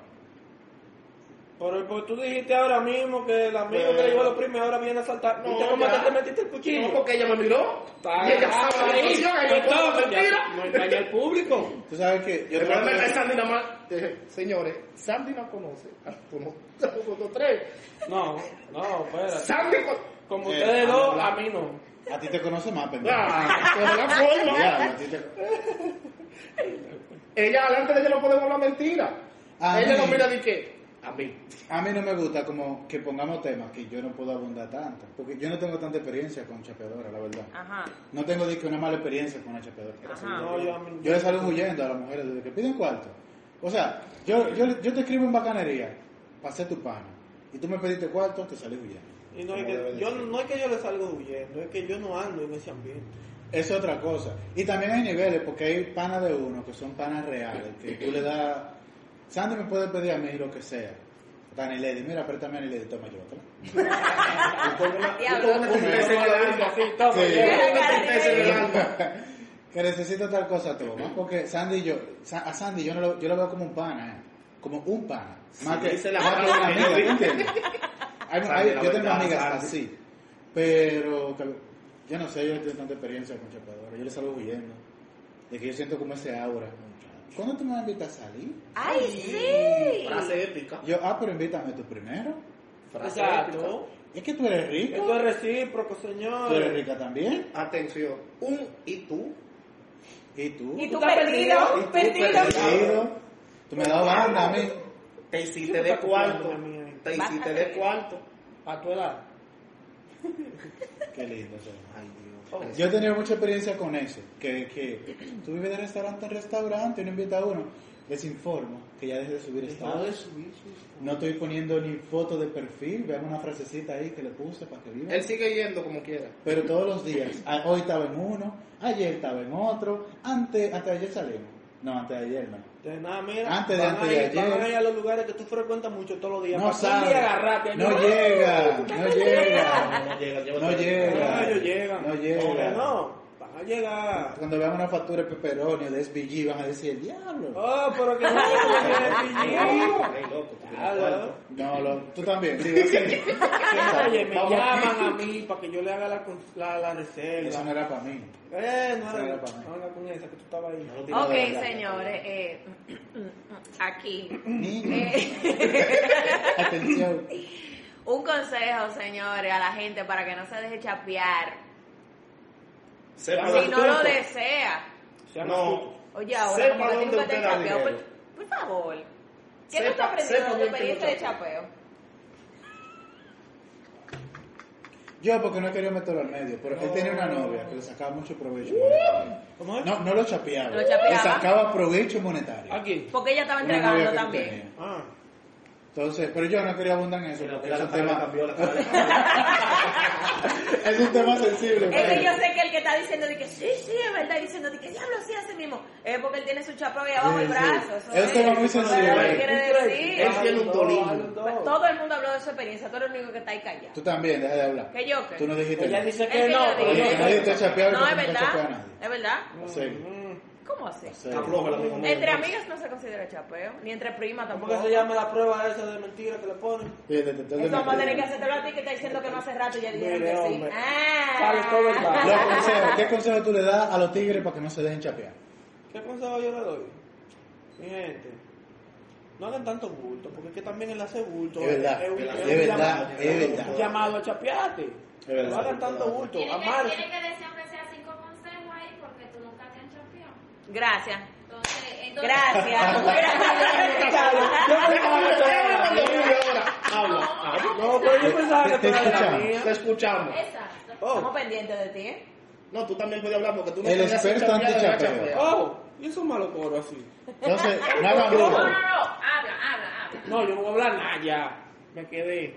[SPEAKER 4] Pero pues tú dijiste ahora mismo que el amigo
[SPEAKER 6] Bueno.
[SPEAKER 4] que le llevó a los primos ahora viene a saltar.
[SPEAKER 6] No,
[SPEAKER 4] ¿Y te cómo
[SPEAKER 6] ya.
[SPEAKER 4] te, te metiste el cuchillo?
[SPEAKER 6] No, porque ella me miró.
[SPEAKER 4] Está
[SPEAKER 6] Y ella
[SPEAKER 4] ah,
[SPEAKER 6] sabe la
[SPEAKER 4] ahí.
[SPEAKER 6] situación,
[SPEAKER 4] No
[SPEAKER 6] ella no puedo
[SPEAKER 4] estaba-
[SPEAKER 6] mentir.
[SPEAKER 4] ya, No engaña al público.
[SPEAKER 2] Tú sabes que yo
[SPEAKER 6] El problema es que
[SPEAKER 2] te
[SPEAKER 6] Sandy nada más. eh, Señores, Sandy no conoce a uno- a nosotros tres.
[SPEAKER 4] No, no, espérate.
[SPEAKER 6] Sandy con-
[SPEAKER 4] Como
[SPEAKER 2] Eh,
[SPEAKER 4] ustedes dos,
[SPEAKER 2] habla.
[SPEAKER 4] a mí no.
[SPEAKER 2] A ti te conoce más, pendejo.
[SPEAKER 6] Ah, pero la forma.
[SPEAKER 2] Diablo, a ti te-
[SPEAKER 6] Ella adelante de ella no podemos hablar mentira.
[SPEAKER 2] A
[SPEAKER 6] ella
[SPEAKER 2] mí.
[SPEAKER 6] no mira de qué. A mí.
[SPEAKER 2] A mí no me gusta como que pongamos temas que yo no puedo abundar tanto. Porque yo no tengo tanta experiencia con chapeadora, la verdad.
[SPEAKER 3] Ajá.
[SPEAKER 2] No tengo ni que una mala experiencia con una chapeadora.
[SPEAKER 3] Ajá.
[SPEAKER 4] No, yo a mí.
[SPEAKER 2] Yo le salgo huyendo a las mujeres desde que piden cuarto. O sea, yo, yo, yo te escribo en bacanería, pasé tu pana, y tú me pediste cuarto, te salí huyendo.
[SPEAKER 4] Y no, es
[SPEAKER 2] Como debe
[SPEAKER 4] que,
[SPEAKER 2] de
[SPEAKER 4] yo,
[SPEAKER 2] ser.
[SPEAKER 4] no es que yo le salgo huyendo, es que yo no ando en ese ambiente.
[SPEAKER 2] Es otra cosa. Y también hay niveles, porque hay panas de uno que son panas reales, que tú le das... Sandy me puede pedir a mí lo que sea. Dani Lady, mira, préstame a Dani Lady, toma, llévatela.
[SPEAKER 6] Y con una- y
[SPEAKER 3] Diablo.
[SPEAKER 6] con una tristeza en el alma.
[SPEAKER 4] Así, toma,
[SPEAKER 2] Sí.
[SPEAKER 4] lleva.
[SPEAKER 6] Con una tristeza en el alma.
[SPEAKER 2] que necesita tal cosa, toma. Porque Sandy y yo, Sa- a Sandy yo, no lo, yo lo veo como un pana, ¿eh? Como un pana. Más
[SPEAKER 6] Sí,
[SPEAKER 2] que,
[SPEAKER 6] dice la
[SPEAKER 2] más que
[SPEAKER 6] mano
[SPEAKER 2] una
[SPEAKER 6] que
[SPEAKER 2] amiga,
[SPEAKER 6] no
[SPEAKER 2] ¿tú entiendes? Hay-
[SPEAKER 6] Sandy,
[SPEAKER 2] hay-
[SPEAKER 6] la
[SPEAKER 2] yo tengo
[SPEAKER 6] verdad,
[SPEAKER 2] amigas
[SPEAKER 6] Sandy.
[SPEAKER 2] así. Pero, que- yo no sé, yo no tengo tanta experiencia con chapeadores. Yo le salgo huyendo. De que yo siento como ese aura. ¿Cuándo tú me vas a invitar a salir?
[SPEAKER 3] ¡Ay, sí!
[SPEAKER 6] Frase épica.
[SPEAKER 2] Yo, ah, pero invítame tú primero.
[SPEAKER 6] Frase épica.
[SPEAKER 4] Exacto.
[SPEAKER 2] Es que tú eres rico.
[SPEAKER 4] Esto es recíproco, señor.
[SPEAKER 2] Tú eres rica también.
[SPEAKER 6] Atención. Un y tú.
[SPEAKER 2] ¿Y tú?
[SPEAKER 3] Y tú
[SPEAKER 4] estás perdido,
[SPEAKER 3] perdido, perdido.
[SPEAKER 2] Perdido. Tú me has dado banda a mí.
[SPEAKER 6] Te hiciste
[SPEAKER 4] ¿Qué
[SPEAKER 6] de
[SPEAKER 4] tú
[SPEAKER 6] cuarto.
[SPEAKER 4] estás copiando, mami?
[SPEAKER 6] Te hiciste de
[SPEAKER 3] Bájate.
[SPEAKER 6] cuarto.
[SPEAKER 4] A tu edad.
[SPEAKER 2] Qué lindo. eso.
[SPEAKER 6] Ay, Dios.
[SPEAKER 2] Yo he tenido mucha experiencia con eso, que, que tú vives de restaurante en restaurante, uno invita a uno, les informo que ya desde subir estado, no estoy poniendo ni foto de perfil, vean una frasecita ahí que le puse para que vivan.
[SPEAKER 6] Él sigue yendo como quiera.
[SPEAKER 2] Pero todos los días, a- hoy estaba en uno, ayer estaba en otro, antes, antes de ayer salimos, no, antes de ayer no.
[SPEAKER 4] De nada, mira.
[SPEAKER 2] Antes de
[SPEAKER 4] van
[SPEAKER 2] antes
[SPEAKER 4] a ir-
[SPEAKER 2] de ayer.
[SPEAKER 4] Van a ir a los lugares que tú frecuentas mucho todos los días.
[SPEAKER 2] No
[SPEAKER 4] Para un
[SPEAKER 2] sabe,
[SPEAKER 4] día agarrarte.
[SPEAKER 2] no
[SPEAKER 4] Ay,
[SPEAKER 2] llega, no llega,
[SPEAKER 6] No llega,
[SPEAKER 2] no llega,
[SPEAKER 4] Ah, Ellos llegan.
[SPEAKER 2] no llega.
[SPEAKER 4] No, no. Para Va a llegar.
[SPEAKER 2] Cuando vean una factura de pepperoni o de SBG van a decir, el diablo.
[SPEAKER 4] Oh, pero que no me
[SPEAKER 6] Ey, loco, tú tienes cuarto.
[SPEAKER 2] No, lo- tú también. digo, sí.
[SPEAKER 4] Oye, me
[SPEAKER 2] Vamos.
[SPEAKER 4] llaman a mí para que yo le haga la, cons- la, la
[SPEAKER 2] Eso no
[SPEAKER 4] reserva.
[SPEAKER 2] era para mí.
[SPEAKER 4] Eh, no,
[SPEAKER 2] Eso no
[SPEAKER 4] no,
[SPEAKER 2] era para mí.
[SPEAKER 4] no, no, con esa que tú estabas ahí.
[SPEAKER 6] No lo tienes
[SPEAKER 3] Ok,
[SPEAKER 6] de verdad.
[SPEAKER 3] señores, eh, aquí.
[SPEAKER 2] Niño,
[SPEAKER 3] Eh,
[SPEAKER 2] atención.
[SPEAKER 3] un consejo, señores, a la gente para que no se deje chapear.
[SPEAKER 6] Sepa
[SPEAKER 3] Si no lo
[SPEAKER 6] dónde-
[SPEAKER 3] desea.
[SPEAKER 4] Sean
[SPEAKER 6] No.
[SPEAKER 3] Oye, ahora
[SPEAKER 6] Sepa
[SPEAKER 3] como que tú
[SPEAKER 6] dónde
[SPEAKER 3] nunca te has
[SPEAKER 6] usted da
[SPEAKER 3] chapeado, por,
[SPEAKER 6] dinero.
[SPEAKER 3] por favor. ¿Qué
[SPEAKER 6] Sepa-
[SPEAKER 3] tú estás
[SPEAKER 6] sepa
[SPEAKER 3] aprendiendo de tu
[SPEAKER 6] dónde usted
[SPEAKER 3] experiencia de
[SPEAKER 6] lo chapea.
[SPEAKER 3] chapeo?
[SPEAKER 2] Yo porque no quería meterlo al medio, pero él tenía una novia que le sacaba mucho provecho monetario.
[SPEAKER 4] ¿Cómo es?
[SPEAKER 2] No, no lo chapeaba.
[SPEAKER 3] ¿Lo chapeaba?
[SPEAKER 2] Le sacaba provecho monetario.
[SPEAKER 4] ¿A quién?
[SPEAKER 3] Porque ella estaba
[SPEAKER 2] Una novia que
[SPEAKER 3] entregando
[SPEAKER 2] tú
[SPEAKER 3] también.
[SPEAKER 2] tenías.
[SPEAKER 4] Ah.
[SPEAKER 2] Entonces, pero yo no quería abundar en eso,
[SPEAKER 6] Mira,
[SPEAKER 2] porque es
[SPEAKER 6] mira la
[SPEAKER 2] un
[SPEAKER 6] cara,
[SPEAKER 2] tema,
[SPEAKER 6] cambió la cara.
[SPEAKER 2] es un tema sensible.
[SPEAKER 3] Es
[SPEAKER 2] para
[SPEAKER 3] que
[SPEAKER 2] él.
[SPEAKER 3] yo sé que el que está diciendo de que sí, sí, es verdad, diciendo de que diablo sí hace mismo, es porque él tiene su chapeo ahí abajo el
[SPEAKER 2] Sí,
[SPEAKER 3] brazo.
[SPEAKER 2] sí.
[SPEAKER 3] Eso
[SPEAKER 2] Él se va muy
[SPEAKER 3] Pero
[SPEAKER 2] sensible.
[SPEAKER 3] no
[SPEAKER 2] Él
[SPEAKER 3] quiere decir. Pues
[SPEAKER 6] Él tiene un tolín.
[SPEAKER 3] Todo el mundo habló de su experiencia, tú eres el único que está ahí callado.
[SPEAKER 2] Tú también, deja de hablar.
[SPEAKER 3] ¿Qué yo qué?
[SPEAKER 2] Tú no dijiste
[SPEAKER 4] Ella
[SPEAKER 2] nada.
[SPEAKER 4] dice
[SPEAKER 3] Es
[SPEAKER 4] que
[SPEAKER 3] que
[SPEAKER 4] no,
[SPEAKER 3] yo
[SPEAKER 4] pero
[SPEAKER 3] dije-
[SPEAKER 4] yo
[SPEAKER 2] Oye, nadie te chapea
[SPEAKER 3] No,
[SPEAKER 2] porque
[SPEAKER 3] es
[SPEAKER 2] nunca chapea a
[SPEAKER 3] verdad,
[SPEAKER 2] nadie.
[SPEAKER 3] es verdad.
[SPEAKER 2] Sí.
[SPEAKER 6] "Mm,
[SPEAKER 3] ¿Cómo así?
[SPEAKER 2] Sí.
[SPEAKER 6] Está floja la amiga mía.
[SPEAKER 3] Entre amigas no se considera chapeo, ni entre primas
[SPEAKER 4] ¿Cómo
[SPEAKER 3] tampoco.
[SPEAKER 4] que se llama la prueba esa de mentira que le ponen?
[SPEAKER 2] Sí, de- de- de- de-
[SPEAKER 3] Eso vamos a tener que
[SPEAKER 2] de-
[SPEAKER 3] hacértelo a ti que está diciendo que no hace rato y ya dijeron
[SPEAKER 4] Mire,
[SPEAKER 3] que sí.
[SPEAKER 4] hombre.
[SPEAKER 3] Ah.
[SPEAKER 4] Sale todo el rato.
[SPEAKER 2] Los consejos, ¿Qué consejo tú le das a los tigres para que no se dejen chapear?
[SPEAKER 4] ¿Qué consejo yo le doy? Mi gente, no hagan tanto bulto, porque es que también el hacer bulto
[SPEAKER 2] Es verdad, es
[SPEAKER 4] un- un
[SPEAKER 2] verdad,
[SPEAKER 4] llamado-
[SPEAKER 2] es
[SPEAKER 4] un
[SPEAKER 2] verdad.
[SPEAKER 4] llamado a chapearte.
[SPEAKER 2] verdad.
[SPEAKER 4] No hagan tanto bulto,
[SPEAKER 5] Tiene que, tiene
[SPEAKER 4] amarse.
[SPEAKER 5] que decir aunque sea cinco consejos ahí porque tú nunca te has chapeado.
[SPEAKER 3] Gracias.
[SPEAKER 5] Entonces, entonces
[SPEAKER 3] Gracias.
[SPEAKER 6] Habla. habla.
[SPEAKER 4] No, pero yo pensaba
[SPEAKER 2] Te-
[SPEAKER 4] que
[SPEAKER 2] te
[SPEAKER 4] tú eras la
[SPEAKER 2] escuchamos.
[SPEAKER 4] mía.
[SPEAKER 6] Te escuchamos.
[SPEAKER 5] Exacto.
[SPEAKER 4] Oh,
[SPEAKER 3] Estamos pendientes de ti, ¿eh?
[SPEAKER 6] No, tú también puedes hablar porque tú no
[SPEAKER 2] El
[SPEAKER 6] te haces
[SPEAKER 2] experto
[SPEAKER 6] chapear,
[SPEAKER 2] anti-chapeo.
[SPEAKER 6] te haces chapear.
[SPEAKER 4] oh, y eso malo coro así.
[SPEAKER 2] Entonces, no hagan
[SPEAKER 5] No, no,
[SPEAKER 2] bulto.
[SPEAKER 5] no, habla, habla, habla.
[SPEAKER 4] No, yo no voy a hablar nada ya. Me quedé.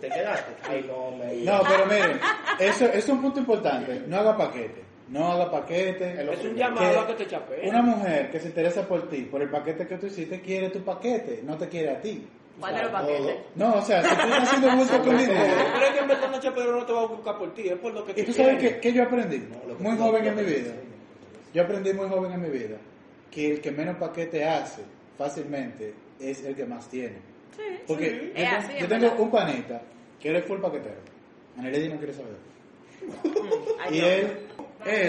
[SPEAKER 6] ¿Te quedaste? Ay, no, me
[SPEAKER 2] Oh. No, pero miren, eso, eso es un punto importante. No haga paquete. No haga paquete.
[SPEAKER 4] Es un
[SPEAKER 2] Que
[SPEAKER 4] llamado a que te chapeen.
[SPEAKER 2] Una mujer que se interesa por ti, por el paquete que tú hiciste, quiere tu paquete, no te quiere a ti.
[SPEAKER 3] ¿Cuál de los paquetes?
[SPEAKER 2] No, o sea, si tú estás haciendo bulto con dinero,
[SPEAKER 4] Pero es que en verdad no chapeo no te va a buscar por ti, es por lo que
[SPEAKER 2] ¿Y
[SPEAKER 4] tú
[SPEAKER 2] tú sabes
[SPEAKER 4] quieres.
[SPEAKER 2] qué, qué yo aprendí? Muy joven en mi vida. Yo aprendí muy joven en mi vida que el que menos paquete hace fácilmente es el que más tiene. Porque
[SPEAKER 3] Es
[SPEAKER 2] yo,
[SPEAKER 3] así,
[SPEAKER 2] yo
[SPEAKER 3] es
[SPEAKER 2] tengo
[SPEAKER 3] verdad.
[SPEAKER 2] un panita que él es full paquetero. Aneledi no quiere saber.
[SPEAKER 3] Ay,
[SPEAKER 2] Y
[SPEAKER 3] no. Ah.
[SPEAKER 2] él,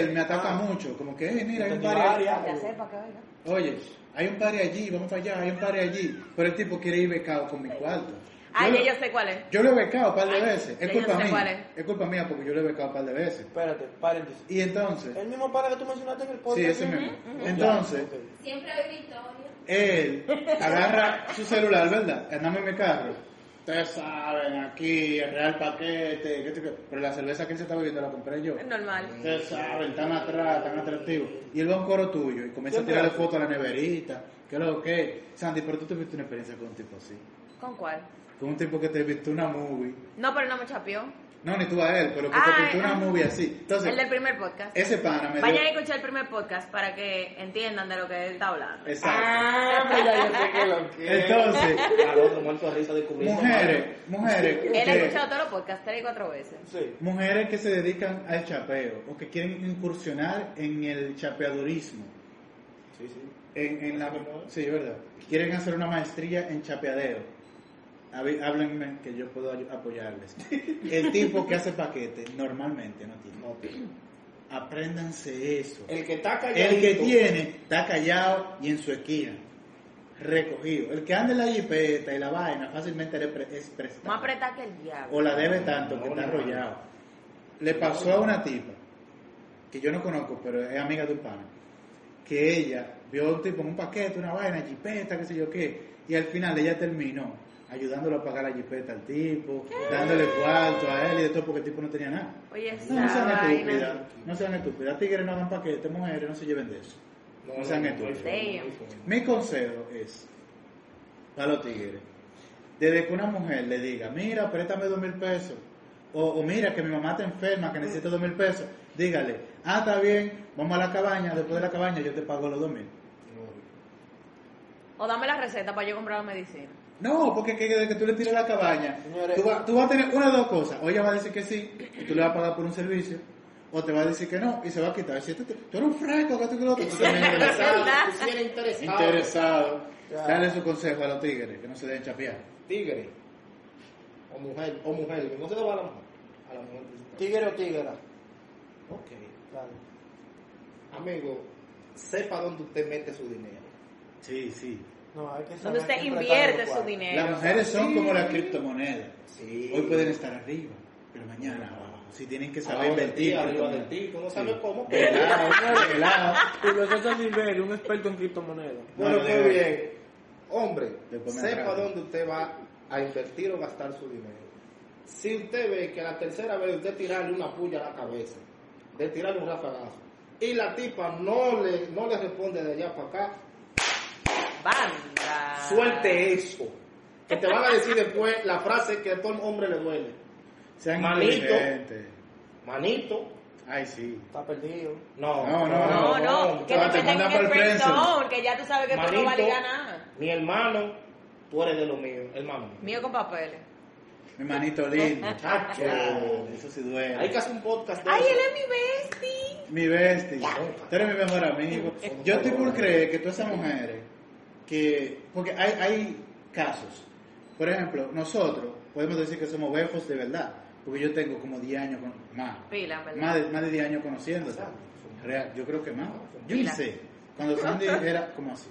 [SPEAKER 2] él me ataca mucho. Como que, "Eh, mira, hay un
[SPEAKER 4] Entonces,
[SPEAKER 2] party allí.
[SPEAKER 4] área,
[SPEAKER 3] Ya sepa que oiga.
[SPEAKER 2] Oye, hay un party allí, vamos para allá, hay un party allí. Pero el tipo quiere ir becado con mi cuarto.
[SPEAKER 3] Ay,
[SPEAKER 2] yo,
[SPEAKER 3] ya
[SPEAKER 2] lo-
[SPEAKER 3] yo sé cuál es.
[SPEAKER 2] yo lo he becado un par de
[SPEAKER 3] Ay,
[SPEAKER 2] veces.
[SPEAKER 3] ya
[SPEAKER 2] Es
[SPEAKER 3] yo
[SPEAKER 2] culpa
[SPEAKER 3] sé cuál es.
[SPEAKER 2] mía. Es culpa mía porque yo lo he becado un par de veces.
[SPEAKER 4] Espérate, paréntesis.
[SPEAKER 2] Y entonces...
[SPEAKER 4] El mismo para que tú mencionaste en el podcast.
[SPEAKER 2] Sí, ese
[SPEAKER 4] ¿no?
[SPEAKER 2] mismo. Entonces,
[SPEAKER 5] Siempre hay victoria.
[SPEAKER 2] él agarra su celular, ¿verdad? Andamos en mi carro. Ustedes saben, aquí, el real paquete. qué sé yo. Pero la cerveza que él se está bebiendo la compré yo.
[SPEAKER 3] Es normal.
[SPEAKER 2] Ustedes saben, tan atrás, tan atractivo. Y él va a un coro tuyo y comienza a
[SPEAKER 4] ¿Dónde
[SPEAKER 2] tirarle
[SPEAKER 4] va?
[SPEAKER 2] fotos a la neverita. ¿Qué es lo que? es? Sandy, pero tú tuviste una experiencia con un tipo así.
[SPEAKER 3] ¿Con cuál?
[SPEAKER 2] Con un tipo que te vistió una movie.
[SPEAKER 3] No, pero no me chapeó.
[SPEAKER 2] No, ni tú a él, pero que
[SPEAKER 3] Ah,
[SPEAKER 2] te vistió una
[SPEAKER 3] ah.
[SPEAKER 2] movie así. Entonces,
[SPEAKER 3] El del primer podcast.
[SPEAKER 2] ese pana me
[SPEAKER 3] Vayan
[SPEAKER 2] dio...
[SPEAKER 3] a escuchar el primer podcast para que entiendan de lo que él está hablando.
[SPEAKER 2] Exacto.
[SPEAKER 4] Ah, pues ya yo sé que lo que.
[SPEAKER 2] Entonces,
[SPEAKER 6] Al otro muerto de risa descubriendo.
[SPEAKER 2] mujeres, mujeres.
[SPEAKER 3] Él ha
[SPEAKER 2] que-
[SPEAKER 3] escuchado todos los podcasts tres y cuatro veces.
[SPEAKER 4] Sí.
[SPEAKER 2] Mujeres que se dedican al chapeo o que quieren incursionar en el chapeadorismo.
[SPEAKER 6] Sí, sí.
[SPEAKER 2] En, en la, sí, es verdad. Quieren hacer una maestría en chapeadeo. Hab- Háblenme que yo puedo ay- apoyarles. El tipo que hace paquete normalmente no tiene.
[SPEAKER 6] No, tío.
[SPEAKER 2] Apréndanse eso.
[SPEAKER 6] El que está calladito.
[SPEAKER 2] El que tiene está callado y en su esquina. Recogido. El que anda en la jipeta y la vaina fácilmente le pre- es prestado.
[SPEAKER 3] Más apretar que el diablo.
[SPEAKER 2] o la debe tanto que
[SPEAKER 6] No,
[SPEAKER 2] está
[SPEAKER 6] no.
[SPEAKER 2] arrollado. Le pasó a una tipa que yo no conozco, pero es amiga de un pana, que ella vio a un tipo en un paquete, una vaina, jipeta, qué sé yo qué, y al final ella terminó ayudándolo a pagar la jipeta al tipo, dándole cuarto a él y de todo porque el tipo no tenía nada.
[SPEAKER 3] Oye, esa
[SPEAKER 2] No, no sean estúpidas,
[SPEAKER 3] vaina.
[SPEAKER 2] no sean estúpidas, tigres no hagan paquetes, mujeres no se lleven de eso. No sean estúpidos. Mi consejo es a los tigres, desde que una mujer le diga, mira, préstame dos mil pesos, o, o mira que mi mamá está enferma, que necesito dos mil pesos, dígale, ah, está bien, vamos a la cabaña, después de la cabaña yo te pago los dos mil.
[SPEAKER 3] O dame la receta para yo comprar la medicina.
[SPEAKER 2] No, porque es que desde que tú le tires la cabaña,
[SPEAKER 4] Señores.
[SPEAKER 2] tú, vas- tú vas a tener una de dos cosas, o ella va a decir que sí, y tú le vas a pagar por un servicio, o te va a decir que no y se va a quitar. Si este te- tú eres un fresco, que tú que lo otro. Tú también eres
[SPEAKER 6] Interesado,
[SPEAKER 3] ¿Verdad?
[SPEAKER 6] si era interesado.
[SPEAKER 2] interesado.
[SPEAKER 6] Claro.
[SPEAKER 2] Dale su consejo a los tigres, que no se dejen chapear.
[SPEAKER 6] Tigre. O mujer, o mujer. No se lo va a la mujer. A la mujer principal.
[SPEAKER 4] Tigre o tigra.
[SPEAKER 6] Ok, claro. Amigo, sepa dónde usted mete su dinero.
[SPEAKER 2] Sí, sí.
[SPEAKER 4] No, hay que saber
[SPEAKER 3] Donde usted
[SPEAKER 4] interpretar
[SPEAKER 3] invierte
[SPEAKER 4] los
[SPEAKER 3] su
[SPEAKER 4] cuadros.
[SPEAKER 3] dinero.
[SPEAKER 2] Las mujeres son como la criptomoneda.
[SPEAKER 6] Sí.
[SPEAKER 2] Hoy pueden estar arriba, pero mañana abajo. Si tienen que saber
[SPEAKER 6] Abajo de ti,
[SPEAKER 2] invertir.
[SPEAKER 6] arriba de
[SPEAKER 2] criptomoneda.
[SPEAKER 6] ti. Tú no sabes cómo, pero-
[SPEAKER 2] Velado, velado.
[SPEAKER 4] Y profesor Silverio, un experto en criptomonedas.
[SPEAKER 6] Bueno,
[SPEAKER 2] No, no,
[SPEAKER 6] muy
[SPEAKER 2] no.
[SPEAKER 6] bien. Hombre,
[SPEAKER 2] Después me
[SPEAKER 6] sepa
[SPEAKER 2] agarra.
[SPEAKER 6] dónde usted va a invertir o gastar su dinero. Si usted ve que la tercera vez usted tirarle una puya a la cabeza, de tirarle un rafagazo, y la tipa no le, no le responde de allá para acá,
[SPEAKER 3] Banda.
[SPEAKER 6] suelte eso. Que te van a decir después la frase que a todo hombre le duele.
[SPEAKER 2] Sean
[SPEAKER 6] Malito.
[SPEAKER 2] inteligentes.
[SPEAKER 6] Manito,
[SPEAKER 2] Ay, sí.
[SPEAKER 4] Está perdido.
[SPEAKER 6] no,
[SPEAKER 2] No, no,
[SPEAKER 3] No, no, que no
[SPEAKER 2] te
[SPEAKER 3] te
[SPEAKER 2] manda
[SPEAKER 3] tengan
[SPEAKER 2] pa'l
[SPEAKER 3] el friend
[SPEAKER 2] friendzone.
[SPEAKER 3] zone, que ya tú sabes que tú no vale nada.
[SPEAKER 6] mi hermano, tú eres de lo mío, hermano. mío.
[SPEAKER 3] Mío con papeles.
[SPEAKER 2] Mi manito lindo.
[SPEAKER 6] Chacho.
[SPEAKER 2] Chale, Eso sí duele.
[SPEAKER 6] Hay que hacer un podcast. de
[SPEAKER 3] Ay,
[SPEAKER 6] eso.
[SPEAKER 3] él es mi bestie.
[SPEAKER 2] Mi bestia. Tú eres mi mejor amigo. Yo estoy por creer que todas esas mujeres que. Porque hay, hay casos. Por ejemplo, nosotros podemos decir que somos befos de verdad. Porque yo tengo como 10 años con, más.
[SPEAKER 3] Pila, ¿verdad?
[SPEAKER 2] Más de, más de 10 años conociéndote. Real, yo creo que más. Yo ni
[SPEAKER 3] Pila.
[SPEAKER 2] sé. Cuando Sandy era como así.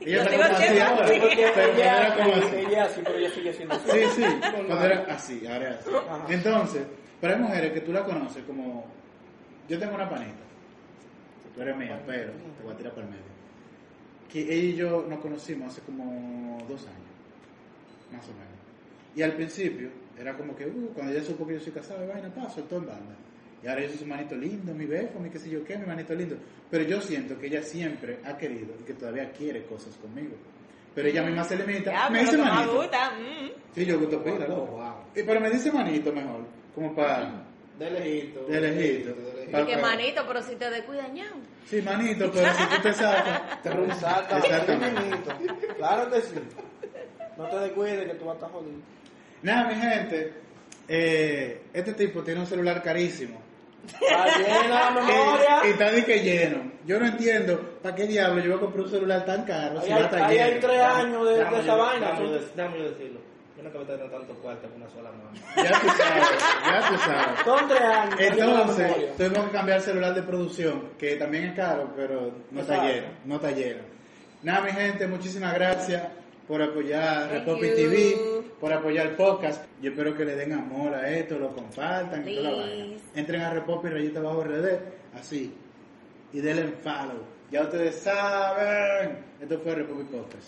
[SPEAKER 3] Lo
[SPEAKER 2] Ella era
[SPEAKER 3] sigo
[SPEAKER 2] como así
[SPEAKER 3] haciendo
[SPEAKER 2] ahora.
[SPEAKER 3] así.
[SPEAKER 2] Pero cuando era como así.
[SPEAKER 4] Ella así, pero ella sigue siendo así.
[SPEAKER 2] Sí, sí, cuando era así, ahora es así. Entonces, pero hay mujeres que tú la conoces como. Yo tengo una panita, tú eres mía, pero te voy a tirar por el medio. Que ella y yo nos conocimos hace como dos años, más o menos. Y al principio era como que, uh, cuando ella supo que yo soy casado, y vaina, paso, todo en banda. Y ahora yo soy su manito lindo, mi befo, mi qué sé yo qué, mi manito lindo. Pero yo siento que ella siempre ha querido y que todavía quiere cosas conmigo. Pero ella misma se limita.
[SPEAKER 3] Ya,
[SPEAKER 2] me
[SPEAKER 3] pero
[SPEAKER 2] dice
[SPEAKER 3] que me
[SPEAKER 2] manito.
[SPEAKER 3] gusta. mm.
[SPEAKER 2] Sí, yo gusto pila,
[SPEAKER 6] Oh,
[SPEAKER 2] loco. Y pero me dice manito mejor, como para...
[SPEAKER 6] De lejito.
[SPEAKER 2] De lejito.
[SPEAKER 6] de
[SPEAKER 2] Pa-
[SPEAKER 6] lejito.
[SPEAKER 3] Y que manito, pero si te descuidas, ñau.
[SPEAKER 2] Sí, manito, pero si tú te sacas...
[SPEAKER 4] Te rusata,
[SPEAKER 2] Exactamente.
[SPEAKER 4] Claro que sí. No te descuides que tú vas a estar jodido.
[SPEAKER 2] Nada, mi gente, eh, este tipo tiene un celular carísimo.
[SPEAKER 4] Está llena la
[SPEAKER 2] Y-
[SPEAKER 4] memoria.
[SPEAKER 2] Y está de que lleno. Yo no entiendo, ¿para qué diablo yo voy a comprar un celular tan caro si
[SPEAKER 4] Ahí
[SPEAKER 2] va a
[SPEAKER 4] hay,
[SPEAKER 2] estar
[SPEAKER 4] ahí hay
[SPEAKER 2] lleno?
[SPEAKER 4] tres años de, de
[SPEAKER 6] Déjame
[SPEAKER 4] esa
[SPEAKER 6] yo-
[SPEAKER 4] vaina.
[SPEAKER 6] déjame yo- Déjame yo decirlo. Yo nunca me he tenido tanto cuarto con una sola mano.
[SPEAKER 2] Ya tú sabes, ya tú sabes.
[SPEAKER 4] Son tres años. está llena la memoria.
[SPEAKER 2] Entonces, tuvimos que cambiar el celular de producción, que también es caro, pero no está
[SPEAKER 4] Exacto.
[SPEAKER 2] lleno, no está lleno. Nada, mi gente, muchísimas gracias por apoyar
[SPEAKER 3] Thank
[SPEAKER 2] Repopi
[SPEAKER 3] you.
[SPEAKER 2] TV, por apoyar el podcast. Yo espero que le den amor a esto, lo compartan y toda la vaina.
[SPEAKER 3] Please.
[SPEAKER 2] Entren a Repopi Rayita Bajo RD, así, y denle follow. Ya ustedes saben, esto fue Repopi Podcast.